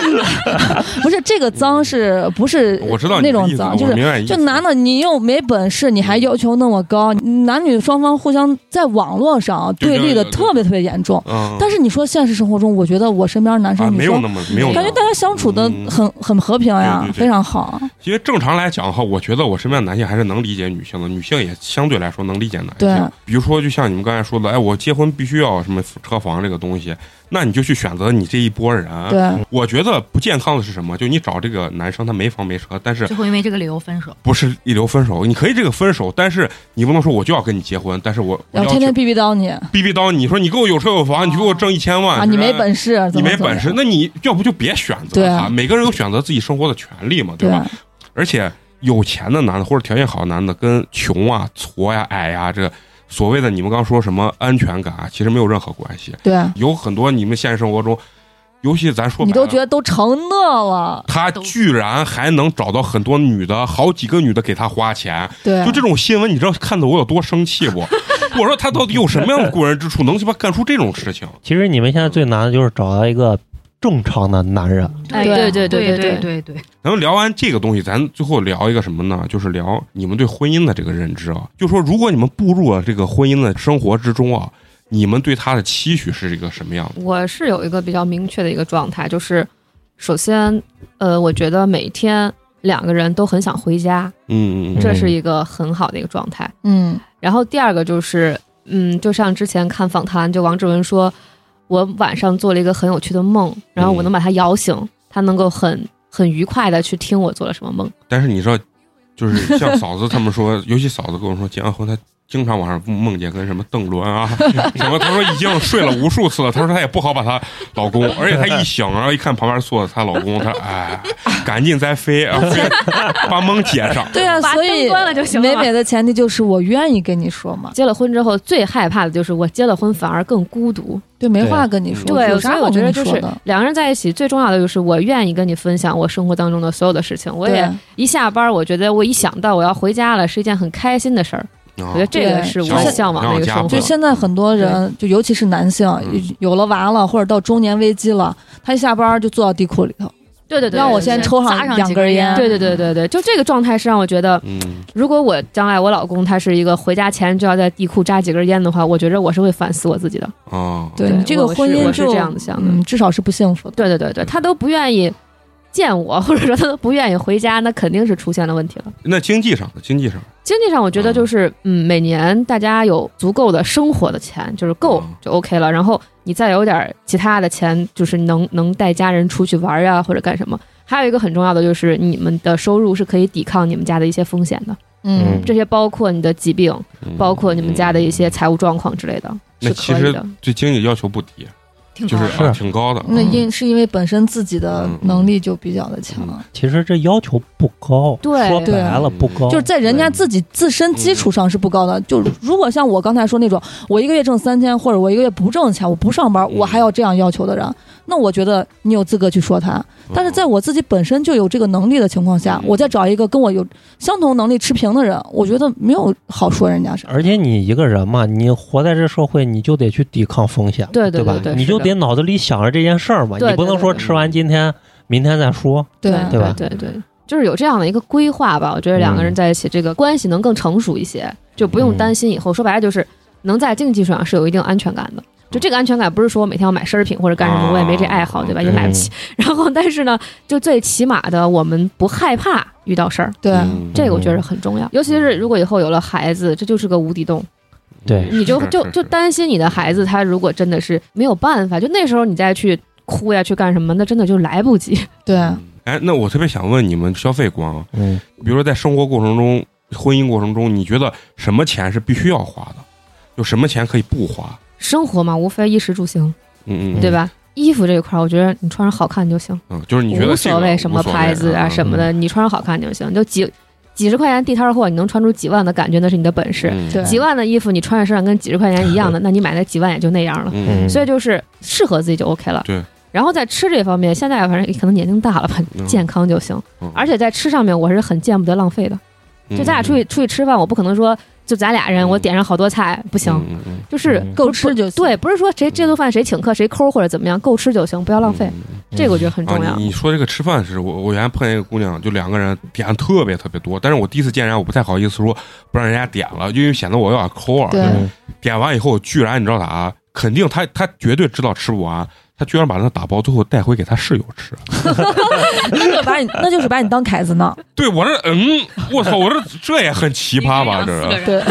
<laughs> 不是这个脏是不是我知道你那的种意思，脏，我就是明白你就意思嗯男的你又没本事，你还要求那么高，男女双方互相在网络上啊就这对样立的有特别特别严重。嗯，但是你说现实生活中，我觉得我身边男啊生女没有生，那么没有那么，感觉大家相处的嗯很很和平呀对对，对非常好。啊其实正常来讲哈，我觉得我身边的男性还是能理解女性的，女性也相对来说能理解男性。对比如说就像你们刚才说的，哎，我结婚必须要什么车房这个东西，那你就去选择你这一波人。对，啊我觉得不健康的是什么？就你找这个男生，他没房没车，但是最后因为这个理由分手。不是一流分手，你可以这个分手，但是你不能说我就要跟你结婚，但是我我然后要啊天天去逼逼叨你逼逼叨你，你说你给我有车有房，你就给我挣一千万啊，你没事，本事，你怎么没怎么本事，样那你要不就别选择对他。啊每个人有选择自己生活的权利嘛，对吧？而且有钱的男的或者条件好的男的，跟穷啊、矬呀、矮呀、这所谓的你们刚说什么安全感啊，其实没有任何关系。对，有很多你们现实生活中，尤其咱说你白都了觉得都成那了，他居然还能找到很多女的，好几个女的给他花钱， <laughs> 对就，这种新闻，你知道看得我有多生气不？ <laughs> 我说他到底有什么样的过人之处，能鸡巴干出这种事情？其实你们现在最难的就是找到一个正常的男人，哎对对对对对对对对，咱们聊完这个东西，咱最后聊一个什么呢？就是聊你们对婚姻的这个认知啊。就说如果你们步入了这个婚姻的生活之中啊，你们对他的期许是一个什么样的？我是有一个比较明确的一个状态，就是首先，呃，我觉得每天两个人都很想回家，嗯嗯嗯这是一个很好的一个状态。嗯，然后第二个就是，嗯，就像之前看访谈，就王志文说，我晚上做了一个很有趣的梦，然后我能把他摇醒，他能够很很愉快的去听我做了什么梦。但是你知道，就是像嫂子他们说， <laughs> 尤其嫂子跟我说结完婚，她经常晚上梦见跟什么邓伦啊什么，她说已经睡了无数次了，她说她也不好把她老公，而且她一醒，然后一看旁边坐着她老公，她说哎，赶紧再飞啊，飞把梦解上。对啊，把所灯以关了就行了美嘛美的前提就是我愿意跟你说嘛，结了婚之后，最害怕的就是我结了婚反而更孤独。对，没对话跟你说，有对，所啥以好我觉跟得你就说是的？两个人在一起最重要的就是我愿意跟你分享我生活当中的所有的事情。我也嗯对一下班，我觉得我一想到我要回家了，是一件很开心的事儿。啊我觉得这个是我对向往的一个生对活就。现在很多人，就尤其是男性嗯，有了娃了或者到中年危机了，他一下班就坐到地库里头，对对对，让我对先对抽扎上上两几根根烟对对对对对，就这个状态是让我觉得，嗯，如果我将来我老公他是一个回家前就要在地库扎几根烟的话，我觉着我是会反思我自己的。啊，对对你这个我是婚姻我是就这样子想的嗯，至少是不幸福的。对对对对，他都不愿意见我， <laughs> 或者说他都不愿意回家，那肯定是出现了问题了。那经济上的，经济上经济上，我觉得就是，嗯，每年大家有足够的生活的钱，就是够嗯就 OK 了。然后你再有点其他的钱，就是能能带家人出去玩呀、或者干什么。还有一个很重要的就是，你们的收入是可以抵抗你们家的一些风险的，嗯，这些包括你的疾病，嗯包括你们家的一些财务状况之类的，那是其可以实的。嗯对经济要求不低，挺就是好的啊挺高的。那嗯因是因为本身自己的嗯能力就比较的强，其实这要求不高，对说白了不高，就是在人家自己自身基础上是不高嗯的。就如果像我刚才说那种，我一个月挣三千，或者我一个月不挣钱，我不上班，嗯我还要这样要求的人，那我觉得你有资格去说他。但是在我自己本身就有这个能力的情况下，嗯我再找一个跟我有相同能力持平的人，我觉得没有好说人家啥。而且你一个人嘛，你活在这社会，你就得去抵抗风险，对对吧？对对你是就的得脑子里想着这件事儿嘛，对你不能对说对吃完今天，明天再说。对对吧对对，就是有这样的一个规划吧。我觉得两个人在一起，这个关系能更成熟一些，就不用担心以后。说白了就是能在经济上是有一定安全感的。就这个安全感不是说我每天要买奢侈品或者干什么，我也没这爱好，对吧？嗯也买不起。然后，但是呢，就最起码的，我们不害怕遇到事儿，对，嗯这个我觉得很重要。尤其是如果以后有了孩子，这就是个无底洞。对你就是就是就是担心你的孩子，他如果真的是没有办法，就那时候你再去哭呀，去干什么，那真的就来不及。对，哎，那我特别想问你们消费观啊，嗯，比如说在生活过程中、婚姻过程中，你觉得什么钱是必须要花的，就什么钱可以不花？生活嘛，无非衣食住行，嗯嗯，对吧？衣服这一块儿，我觉得你穿上好看就行，嗯，就是你觉得无这所个谓什么无所谓牌子啊嗯什么的，你穿上好看就行。就几几十块钱地摊货，你能穿出几万的感觉，那是你的本事。嗯对几万的衣服你穿在身上跟几十块钱一 <laughs> 样的，那你买那几万也就那样了。嗯，所以就是适合自己就 OK 了。对。然后在吃这方面，现在反正可能年龄大了吧嗯， <laughs> 健康就行。嗯而且在吃上面，我是很见不得浪费的。就咱俩出去出去吃饭，我不可能说就咱俩人，嗯我点上好多菜，不行，嗯嗯就是嗯够吃就行对，不是说谁这顿饭谁请客谁抠或者怎么样，够吃就行，不要浪费。嗯嗯这个我觉得很重啊，要你。你说这个吃饭是我我原来碰见一个姑娘，就两个人点特别特别多，但是我第一次见人家，我不太好意思说不让人家点了，因为显得我有点抠啊。对嗯点完以后，居然你知道咋？肯定他他绝对知道吃不完，他居然把那打包最后带回给他室友吃。那就把你那就是把你当凯子呢。对我这嗯，我操，我这这也很奇葩 <laughs> 吧？这是对，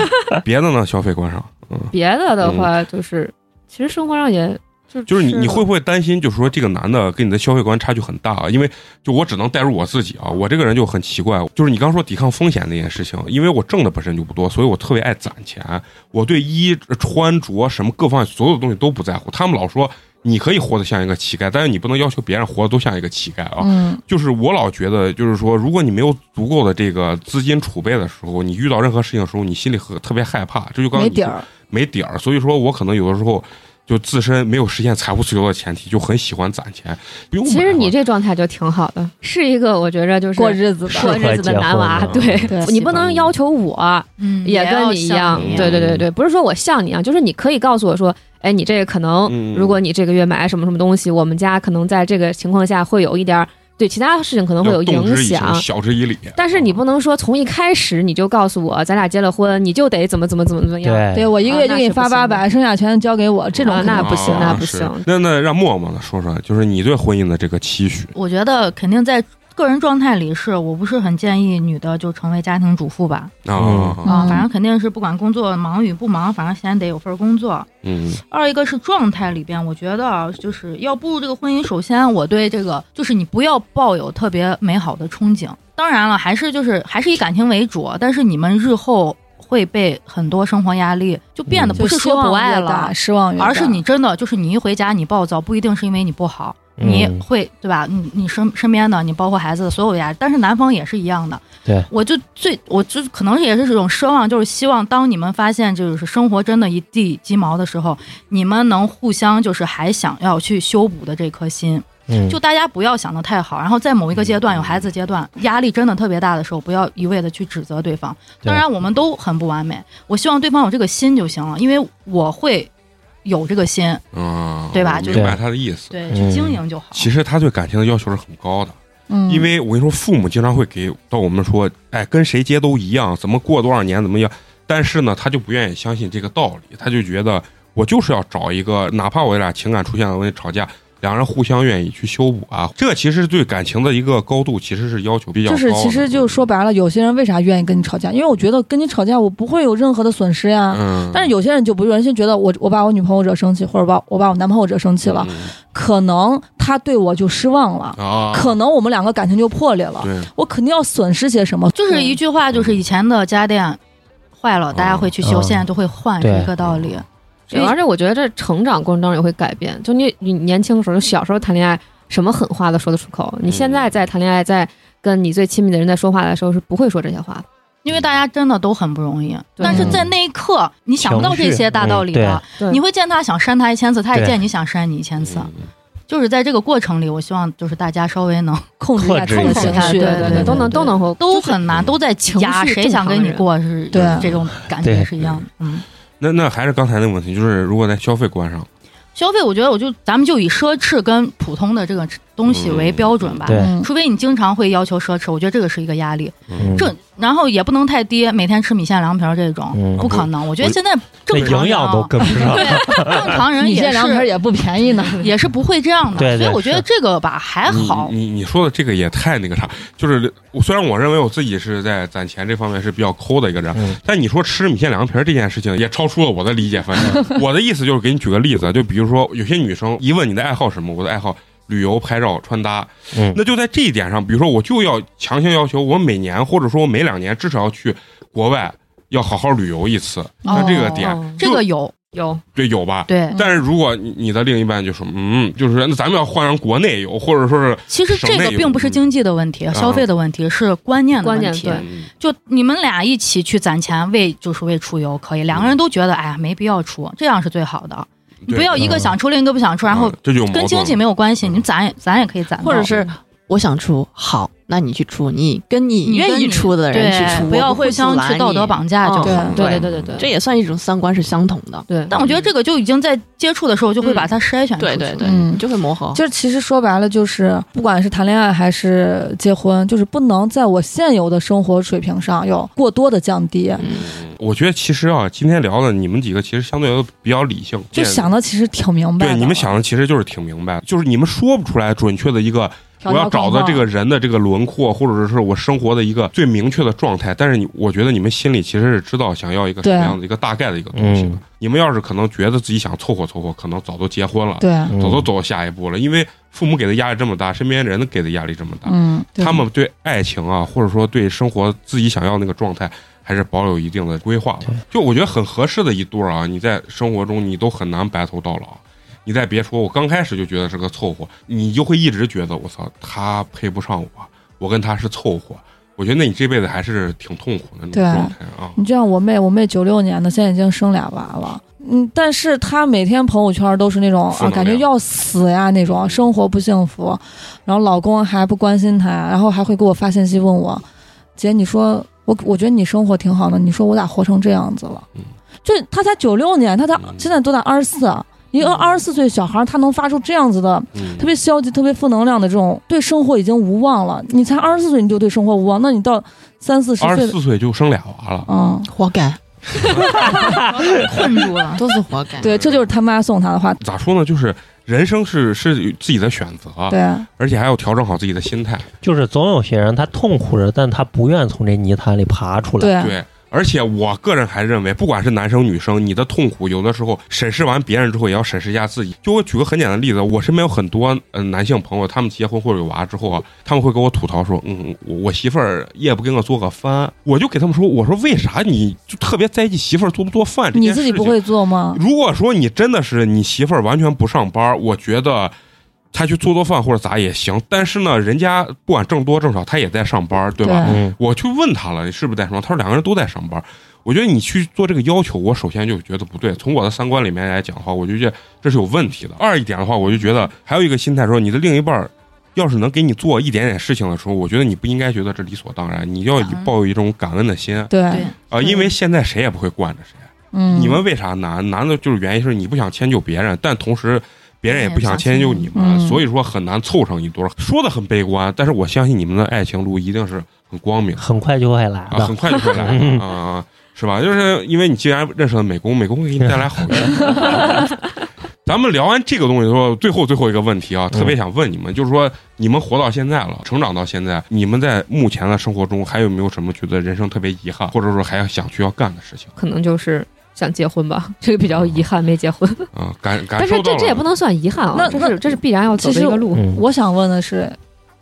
别的呢，消费观上，嗯，别的的话就是，其实生活上也就就是你吃你了会不会担心，就是说这个男的跟你的消费观差距很大啊？因为就我只能代入我自己啊，我这个人就很奇怪，就是你刚说抵抗风险那件事情，因为我挣的本身就不多，所以我特别爱攒钱，我对衣穿着什么各方面所有的东西都不在乎。他们老说你可以活得像一个乞丐，但是你不能要求别人活得都像一个乞丐啊。嗯，就是我老觉得，就是说，如果你没有足够的这个资金储备的时候，你遇到任何事情的时候，你心里很特别害怕，这就刚刚没你底儿。没底儿，所以说我可能有的时候就自身没有实现财务自由的前提，就很喜欢攒钱。不用其实买你嘛这状态就挺好的，是一个我觉着就是过日子吧是，过日子的男娃适。合结对嗯婚的对你不能要求我嗯也跟你一样，你对对对对，不是说我像你一样，就是你可以告诉我说，哎，你这个可能，嗯如果你这个月买什么什么东西，我们家可能在这个情况下会有一点儿对其他事情可能会有要动影之以情，响。晓之以理。但是你不能说从一开始你就告诉我，咱俩结了婚，你就得怎么怎么怎么怎么样。对对我一个月就给你发八百，剩下全交给我，这种啊肯定那不行那啊不是行那那让默默的说说，就是你对婚姻的这个期许。我觉得肯定在个人状态里是，我不是很建议女的就成为家庭主妇吧。啊，啊、嗯反正肯定是不管工作忙与不忙，反正先得有份工作。嗯，二一个是状态里边，我觉得啊就是要步入这个婚姻，首先我对这个就是你不要抱有特别美好的憧憬。当然了，还是就是还是以感情为主，但是你们日后会被很多生活压力就变得就不是希说望不爱越大了，失望越大，而是你真的就是你一回家你暴躁，不一定是因为你不好，嗯你会对吧？你你身身边的，你包括孩子的所有压力，但是男方也是一样的。对，我就最我就可能也是这种奢望，就是希望当你们发现就是生活真的一地鸡毛的时候，你们能互相就是还想要去修补的这颗心。嗯就大家不要想的太好，然后在某一个阶段，有孩子阶段，压力真的特别大的时候，不要一味的去指责对方。对当然，我们都很不完美，我希望对方有这个心就行了，因为我会有这个心，啊，对吧我就是明白他的意思。对，嗯去经营就好。其实他对感情的要求是很高的，嗯，因为我跟你说，父母经常会给到我们说，哎，跟谁结都一样，怎么过多少年怎么样。但是呢，他就不愿意相信这个道理，他就觉得我就是要找一个，哪怕我俩情感出现了问题吵架，两人互相愿意去修补啊。这其实对感情的一个高度，其实是要求比较高就的。是其实就说白了，有些人为啥愿意跟你吵架？因为我觉得跟你吵架我不会有任何的损失呀。嗯，嗯，但是有些人就不，有人就觉得我我把我女朋友惹生气，或者把我把我男朋友惹生气了，可能他对我就失望了，嗯啊，可能我们两个感情就破裂了，对，我肯定要损失些什么。就是一句话，就是以前的家电坏了，大家会去修，嗯现在都会换，是对一个道理。对，而且我觉得这成长过程当中也会改变。就你你年轻的时候，小时候谈恋爱，什么狠话都说得出口。你现在在谈恋爱，在跟你最亲密的人在说话的时候，是不会说这些话的。因为大家真的都很不容易，对但是在那一刻，你想不到这些大道理的，情绪嗯对你会见他想扇他一千次，他也对见你想扇你一千嗯次。就是在这个过程里，我希望就是大家稍微能控制一下克自制己的一下情绪，对对对都能对都能会都就是很难，都在情家，绪谁正想常跟你人过是对这种感对觉是一样的。嗯，那那还是刚才那个问题，就是如果在消费观上，消费我觉得我就咱们就以奢侈跟普通的这个东西为标准吧，对嗯，除非你经常会要求奢侈，我觉得这个是一个压力。嗯这然后也不能太低，每天吃米线凉皮儿这种。嗯不可能，我觉得我现在那正常人啊营养都跟不 <laughs> 上，对，正常人米线也凉皮儿是也不便宜呢。也是不会这样的，对对嗯所以我觉得是这个吧还好。你你你说的这个也太那个啥，就是我虽然我认为我自己是在攒钱这方面是比较抠的一个人，嗯但你说吃米线凉皮儿这件事情也超出了我的理解范围。 <laughs> 我的意思就是给你举个例子，就比如说有些女生一问你的爱好是什么，我的爱好旅游、拍照、穿搭，嗯那就在这一点上，比如说我就要强行要求我每年或者说我每两年至少要去国外。要好好旅游一次，那这个点，嗯哦这个有有对有吧？对，但是如果你你的另一半就说，嗯，就是说那咱们要换上国内游，或者说是其实这省内个有并不是经济的问题，消费的问嗯题是观念的观问念题。对嗯就你们俩一起去攒钱为就是为出游可以，两个人都觉得哎呀没必要出，这样是最好的。你对嗯不要一个想出，另一个不想出，然后嗯这就有矛跟盾经济了没有关系，嗯你攒也攒也可以攒到，或者是我想出好，那你去出，你跟你你跟愿意你出的人去对，出，不要互会相去道德绑架就啊对好。对对对对对，这也算一种三观是相同的，对，但我觉嗯得这个就已经在接触的时候就会把嗯它筛选出对去。对对，嗯你就会磨合。 <laughs> 就是其实说白了，就是不管是谈恋爱还是结婚，就是不能在我现有的生活水平上有过多的降低，嗯我觉得其实啊，今天聊的你们几个其实相对来说比较理性，这就想的其实挺明白的。对你们想的其实就是挺明白的，就是你们说不出来准确的一个条我条要找框的框这个人的这个轮廓，或者是我生活的一个最明确的状态。但是你，我觉得你们心里其实是知道想要一个什对么样的一个大概的一个东西嗯的。你们要是可能觉得自己想凑合凑合，可能早都结婚了，对，嗯早都走到下一步了，因为父母给的压力这么大，身边人给的压力这么大，嗯，对他们对爱情啊，或者说对生活自己想要那个状态，还是保有一定的规划的对。就我觉得很合适的一对儿啊，你在生活中你都很难白头到老。你再别说，我刚开始就觉得是个凑合，你就会一直觉得我操，他配不上我，我跟他是凑合。我觉得那你这辈子还是挺痛苦的那种对状态啊。你就像我妹，我妹九六年的，现在已经生俩娃了。嗯，但是她每天朋友圈都是那种负啊，能量感觉要死呀那种，生活不幸福，然后老公还不关心她，然后还会给我发信息问我，姐，你说我我觉得你生活挺好的，你说我咋活成这样子了？嗯就她才九六年，她才嗯现在多大？二十四，一个二十四岁小孩，她能发出这样子的嗯，特别消极、特别负能量的这种，对生活已经无望了。你才二十四岁你就对生活无望，那你到三四十二岁十的，四岁就生俩娃了，嗯。活 <laughs> 该，困住了。都是活该。对，这就是他妈送他的话。咋说呢？就是人生是是有自己的选择，对，啊而且还要调整好自己的心态。就是总有些人他痛苦着，但他不愿从这泥潭里爬出来。对，啊对，而且我个人还认为，不管是男生女生，你的痛苦有的时候审视完别人之后，也要审视一下自己。就我举个很简单的例子，我身边有很多呃男性朋友，他们结婚或者有娃之后啊，他们会给我吐槽说，嗯，我我媳妇儿夜不给我做个饭，我就给他们说，我说为啥你就特别在意媳妇儿做不做饭这你件自事己情？不会做吗？如果说你真的是你媳妇儿完全不上班，我觉得她去做做饭或者咋也行。但是呢，人家不管挣多挣少，她也在上班，对吧？嗯，我去问他了，你是不是在上班？他说两个人都在上班。我觉得你去做这个要求，我首先就觉得不对。从我的三观里面来讲的话，我就觉得这是有问题的。二一点的话，我就觉得还有一个心态说，你的另一半儿要是能给你做一点点事情的时候，我觉得你不应该觉得这理所当然，你要以嗯抱有一种感恩的心啊、对，对呃因为现在谁也不会惯着谁。嗯，你们为啥难？难的就是原因是你不想迁就别人，但同时别人也不想迁就你们，嗯所以说很难凑成一对儿。说的很悲观，但是我相信你们的爱情路一定是很光明的很快就会来啊，的很。快就会来的啊，是吧？就是因为你既然认识了美工，美工会给你带来好运。咱们聊完这个东西之后，最后最后一个问题啊，特别想问你们，就是说你们活到现在了，成长到现在，你们在目前的生活中还有没有什么觉得人生特别遗憾，或者说还要想去要干的事情可能就是想结婚吧， <laughs> 这个比较遗憾，没结婚。啊？感感但受到是这了这也不能算遗憾啊，那这那是这是必然要走的一个路。嗯，我想问的是，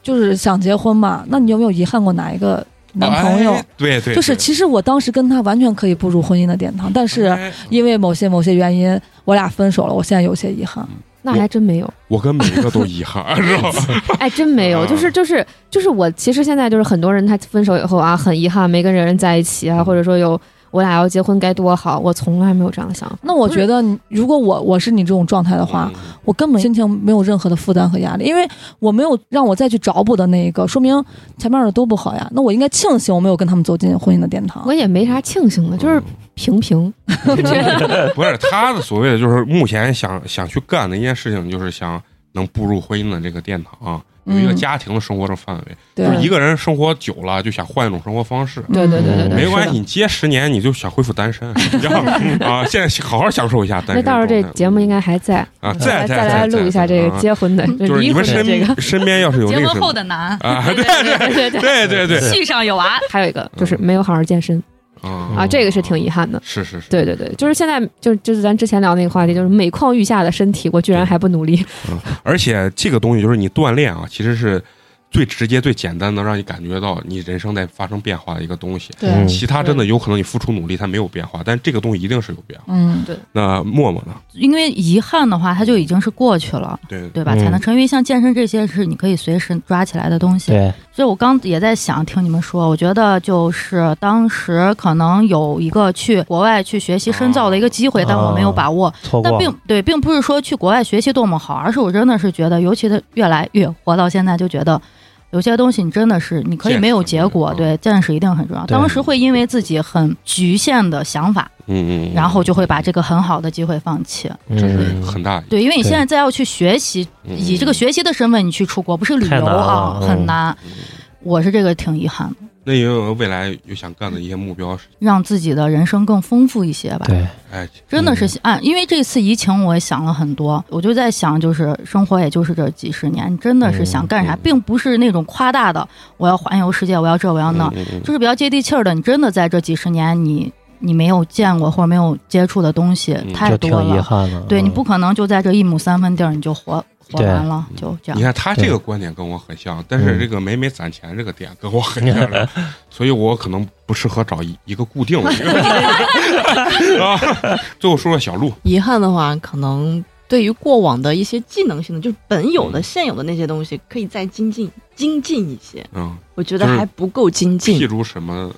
就是想结婚嘛？那你有没有遗憾过哪一个男朋友哎？对对，就是对其实我当时跟他完全可以步入婚姻的殿堂，但是哎因为某些某些原因，我俩分手了。我现在有些遗憾。那还真没有，我跟每一个都遗 <laughs> 憾，是吧？哎，真没嗯有，就是就是就是我其实现在就是很多人他分手以后啊，很遗憾没跟人在一起嗯啊，或者说有我俩要结婚该多好，我从来没有这样想。那我觉得你，如果我我是你这种状态的啊话，嗯我根本心情没有任何的负担和压力，因为我没有让我再去找补的那一个，说明前面的都不好呀。那我应该庆幸我没有跟他们走进婚姻的殿堂我。也没啥庆幸的，就是嗯平平。嗯不是他的所谓的，就是目前想想去干的一件事情，就是想能步入婚姻的这个殿堂，啊有一个嗯家庭的生活的范围。对就是一个人生活久了，就想换一种生活方式。对对对对对，嗯没关是系，的。你接十年你就想恢复单身，一样 <laughs> 的啊！现在好好享受一下单那身的到状时态。候这节目应该还在，啊，再再再来录一下这个啊结婚的、就是离你婚们的身这个。身边要是有结那 <laughs> 婚什后么的难，啊，对对对对。对对对戏上有娃，还有一嗯个就是没有好好健身啊，啊这个是挺遗憾的。是是是，对对对，就是现在就就是咱之前聊那个话题，就是每况愈下的身体，我居然还不努力。而且这个东西就是你锻炼啊，其实是最直接、最简单，能让你感觉到你人生在发生变化的一个东西。嗯其他真的有可能你付出努力它没有变化，但这个东西一定是有变化。嗯，那默默呢？因为遗憾的话，它就已经是过去了，对对吧？嗯才能成。因为像健身这些是你可以随时抓起来的东西，对，所以我刚也在想，听你们说，我觉得就是当时可能有一个去国外去学习深造的一个机会，但我没哦有把握。错但过并对，并不是说去国外学习多么好，而是我真的是觉得，尤其他越来越活到现在，就觉得有些东西你真的是你可以没有结果，见识对，见识一定很重要。对当时会因为自己很局限的想法，嗯嗯，然后就会把这个很好的机会放弃。这是嗯，很大，对，因为你对现在再要去学习，嗯以这个学习的身份你去出国，不是旅太游难了啊，嗯很难。我是这个挺遗憾的，那也有未来有想干的一些目标是，让自己的人生更丰富一些吧。对，哎，真的是想嗯啊，因为这次疫情，我也想了很多，我就在想，就是生活也就是这几十年，真的是想干啥，嗯嗯并不是那种夸大的，我要环游世界，我要这，我要那，嗯嗯嗯就是比较接地气儿的。你真的在这几十年，你你没有见过或者没有接触的东西嗯太就多挺了，遗憾的。对嗯你不可能就在这一亩三分地儿你就活活对嗯完了，就这你样。看他这个观点跟我很像，但是这个每每攒钱这个点跟我很 <laughs> 像，所以我可能不适合找一一个固定的啊。 <laughs> 最后说说小鹿，遗憾的话，可能对于过往的一些技能性的，就是本有的、现有的那些东西，可以再精进、精进一些。嗯，我觉得就是还不够精进譬。如什么，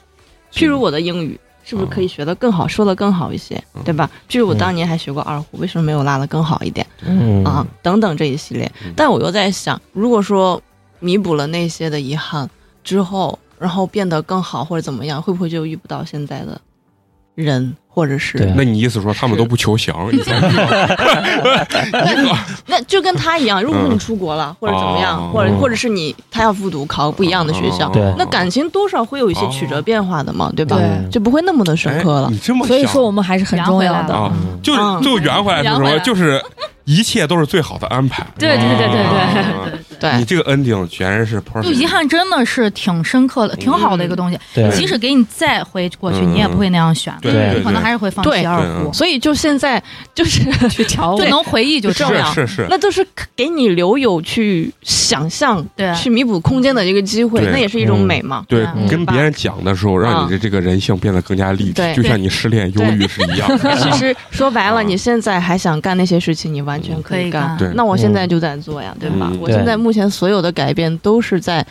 譬如我的英语是不是可以学得更好，说得更好一些嗯，对吧？譬如我当年还学过二胡，为什么没有拉得更好一点嗯啊？等等这一系列嗯。但我又在想，如果说弥补了那些的遗憾之后，然后变得更好或者怎么样，会不会就遇不到现在的人或者是对那你意思说他们都不求降？你才那就跟他一样，如果说嗯你出国了，或者怎么样，哦或者或者是你他要复读考不一样的学嗯校，对那感情多少会有一些曲折变化的嘛，对吧？嗯对就不会那么的深刻哎了。你这么所以想说我们还是很重要圆回来的了。啊嗯，就嗯就圆回来是什圆回么？来就是一切都是最好的安排。对对对对嗯啊你对，这个 ending 全然是 perfect，就遗憾真的是挺深刻的，挺好的一个东西。对，即使给你再回过去，嗯你也不会那样选，对对你可对能还是会放对弃二对胡嗯，所以就现在就是 <laughs> 去调就对能回忆就重这要。是是 <laughs> 是，那都是给你留有去想 <laughs> 象、对去弥补空间的一个机会对，那也是一种美嘛。对，嗯跟别人讲的时候，让你的这个人性变得更加立体，对就像你失恋忧郁是一样 <laughs> 其的。实说白了，嗯你现在还想干那些事情，你完全可以以干干。对那我现在就在做呀，对吧嗯？我对现在目前所有的改变都是在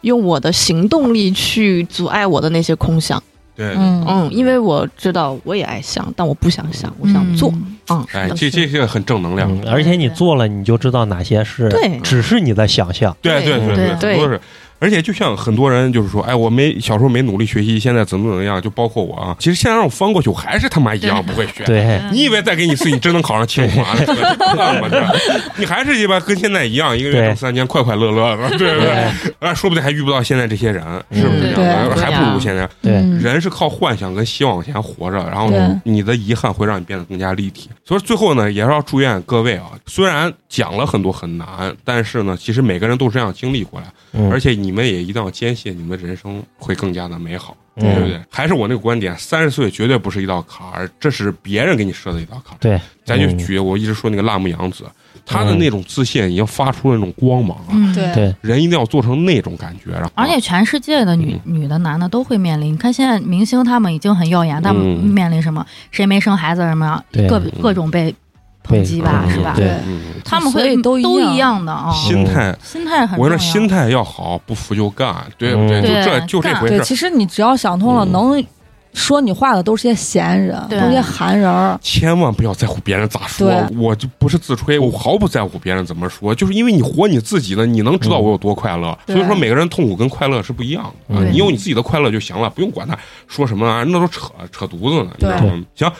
用我的行动力去阻碍我的那些空想。对，嗯嗯，因为我知道我也爱想，但我不想想，我想做。嗯嗯，哎，是的这这这个很正能量。嗯，而且你做了，你就知道哪些是对只是你的想象。对对对对对很多是。而且就像很多人就是说，哎，我没小时候没努力学习，现在怎么怎么样，就包括我啊。其实现在让我翻过去，我还是他妈一样不会学。对，你以为再给你一次，你真能考上清华？对吧对吧你还是一般跟现在一样，一个月对挣三千，快快乐乐的，对不对？啊，说不定还遇不到现在这些人，是不是这样的？对还不如现在。对嗯人是靠幻想跟希望前活着，然后对你的遗憾会让你变得更加立体。所以最后呢，也是要祝愿各位啊，虽然讲了很多很难，但是呢，其实每个人都是这样经历过来，嗯而且你们也一定要坚信你们人生会更加的美好，嗯对不对？还是我那个观点，三十岁绝对不是一道坎儿，这是别人给你设的一道坎儿。对，咱就嗯举我一直说那个辣目洋子，她的那种自信已经发出了那种光芒了。嗯，对对人一定要做成那种感觉，然后而且全世界的女、嗯女的、男的都会面临。你看现在明星他们已经很耀眼，他们嗯面临什么？谁没生孩子什么呀？对各各种被抨击吧，嗯是吧？对，嗯，他们所会以都一都样一样的啊、心态心态很重我要。说心态要好，不服就干，对不对？嗯就这对就这干回对，事。其实你只要想通了，嗯能说你话的都是些闲人，都对是些寒人儿。千万不要在乎别人咋说，对我就不是自吹，我毫不在乎别人怎么说，就是因为你活你自己的，你能知道我有多快乐。嗯所以说，对每个人痛苦跟快乐是不一样的、啊嗯你有你自己的快乐就行了，不用管他说什么啊，那都扯扯犊子呢，你知道吗？行，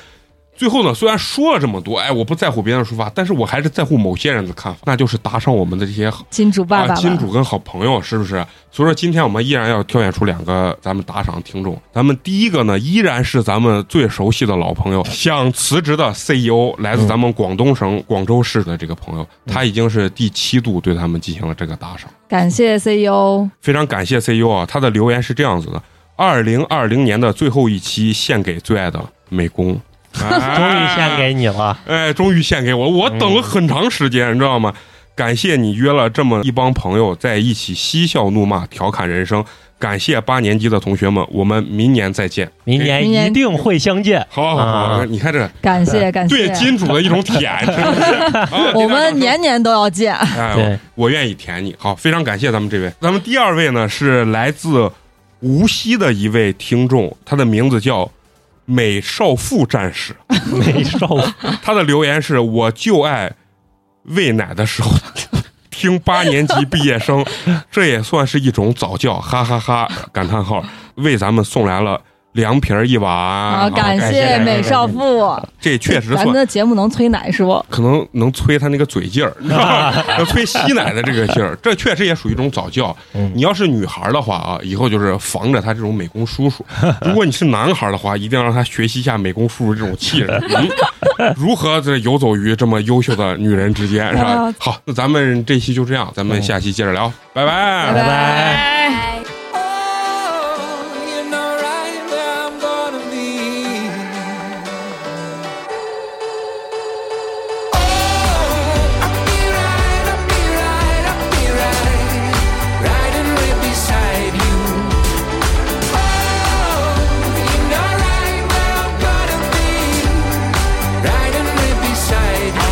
最后呢，虽然说了这么多，哎，我不在乎别人的说法，但是我还是在乎某些人的看法，那就是打赏我们的这些金主爸爸啊，吧，金主跟好朋友是不是？所以说今天我们依然要挑选出两个咱们打赏听众。咱们第一个呢，依然是咱们最熟悉的老朋友，想辞职的 CEO，来自咱们广东省嗯广州市的这个朋友，他已经是第七度对他们进行了这个打赏。感谢 E CEO，非常感谢 CEO 啊，他的留言是这样子的：二零二零年的最后一期献给最爱的美 <laughs> 工，哎终终于献给你了，哎，终于献给我，我等了很长时间，你知道吗？感谢你约了这么一帮朋友在一起嬉笑怒骂、调侃人生。感谢八年级的同学们，我们明年再见。明年明一年定会相见。好好好，啊你看这感谢感对谢，金主的一种舔， <laughs> 真的是啊我们年年都要见。哎对， <laughs> 我愿意舔你。好，非常感谢咱们这位。咱们第二位呢是来自无锡的一位听众，他的名字叫美少妇战士。 <laughs> 美少妇 <laughs> 他的留言是：我就爱喂奶的时候听八年级毕业生，这也算是一种早教，哈哈哈感叹 <laughs> 号，为咱们送来了凉皮儿一碗。啊啊，感谢美少妇，这确实咱算们的节目能催奶是不？可能能催他那个嘴劲儿，你知道吧能催吸奶的这个劲儿，这确实也属于一种早教。嗯你要是女孩儿的话啊，以后就是防着他这种美工叔叔；如果你是男孩儿的话，一定要让他学习一下美工叔叔这种气质，嗯、如何这游走于这么优秀的女人之间，是吧啊？好，那咱们这期就这样，咱们下期接着聊，拜拜拜拜。 Oh, you know right where I'm gonna be. Oh, I'll be right, I'll be right, I'll be right, riding right beside you. Oh, you know right where I'm gonna be, riding right beside you.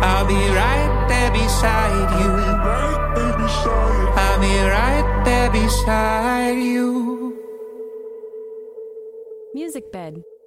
I'll be right there beside you. I'll be right, I'll be right, I'll be right. Riding right beside you. I'll be right there beside you. I'll be right, I'll be right, I'll be right. Riding right beside you. I'll be right there beside you. I'll be right there beside you. I'll be right there beside you. I'll be right there beside you. Music bed.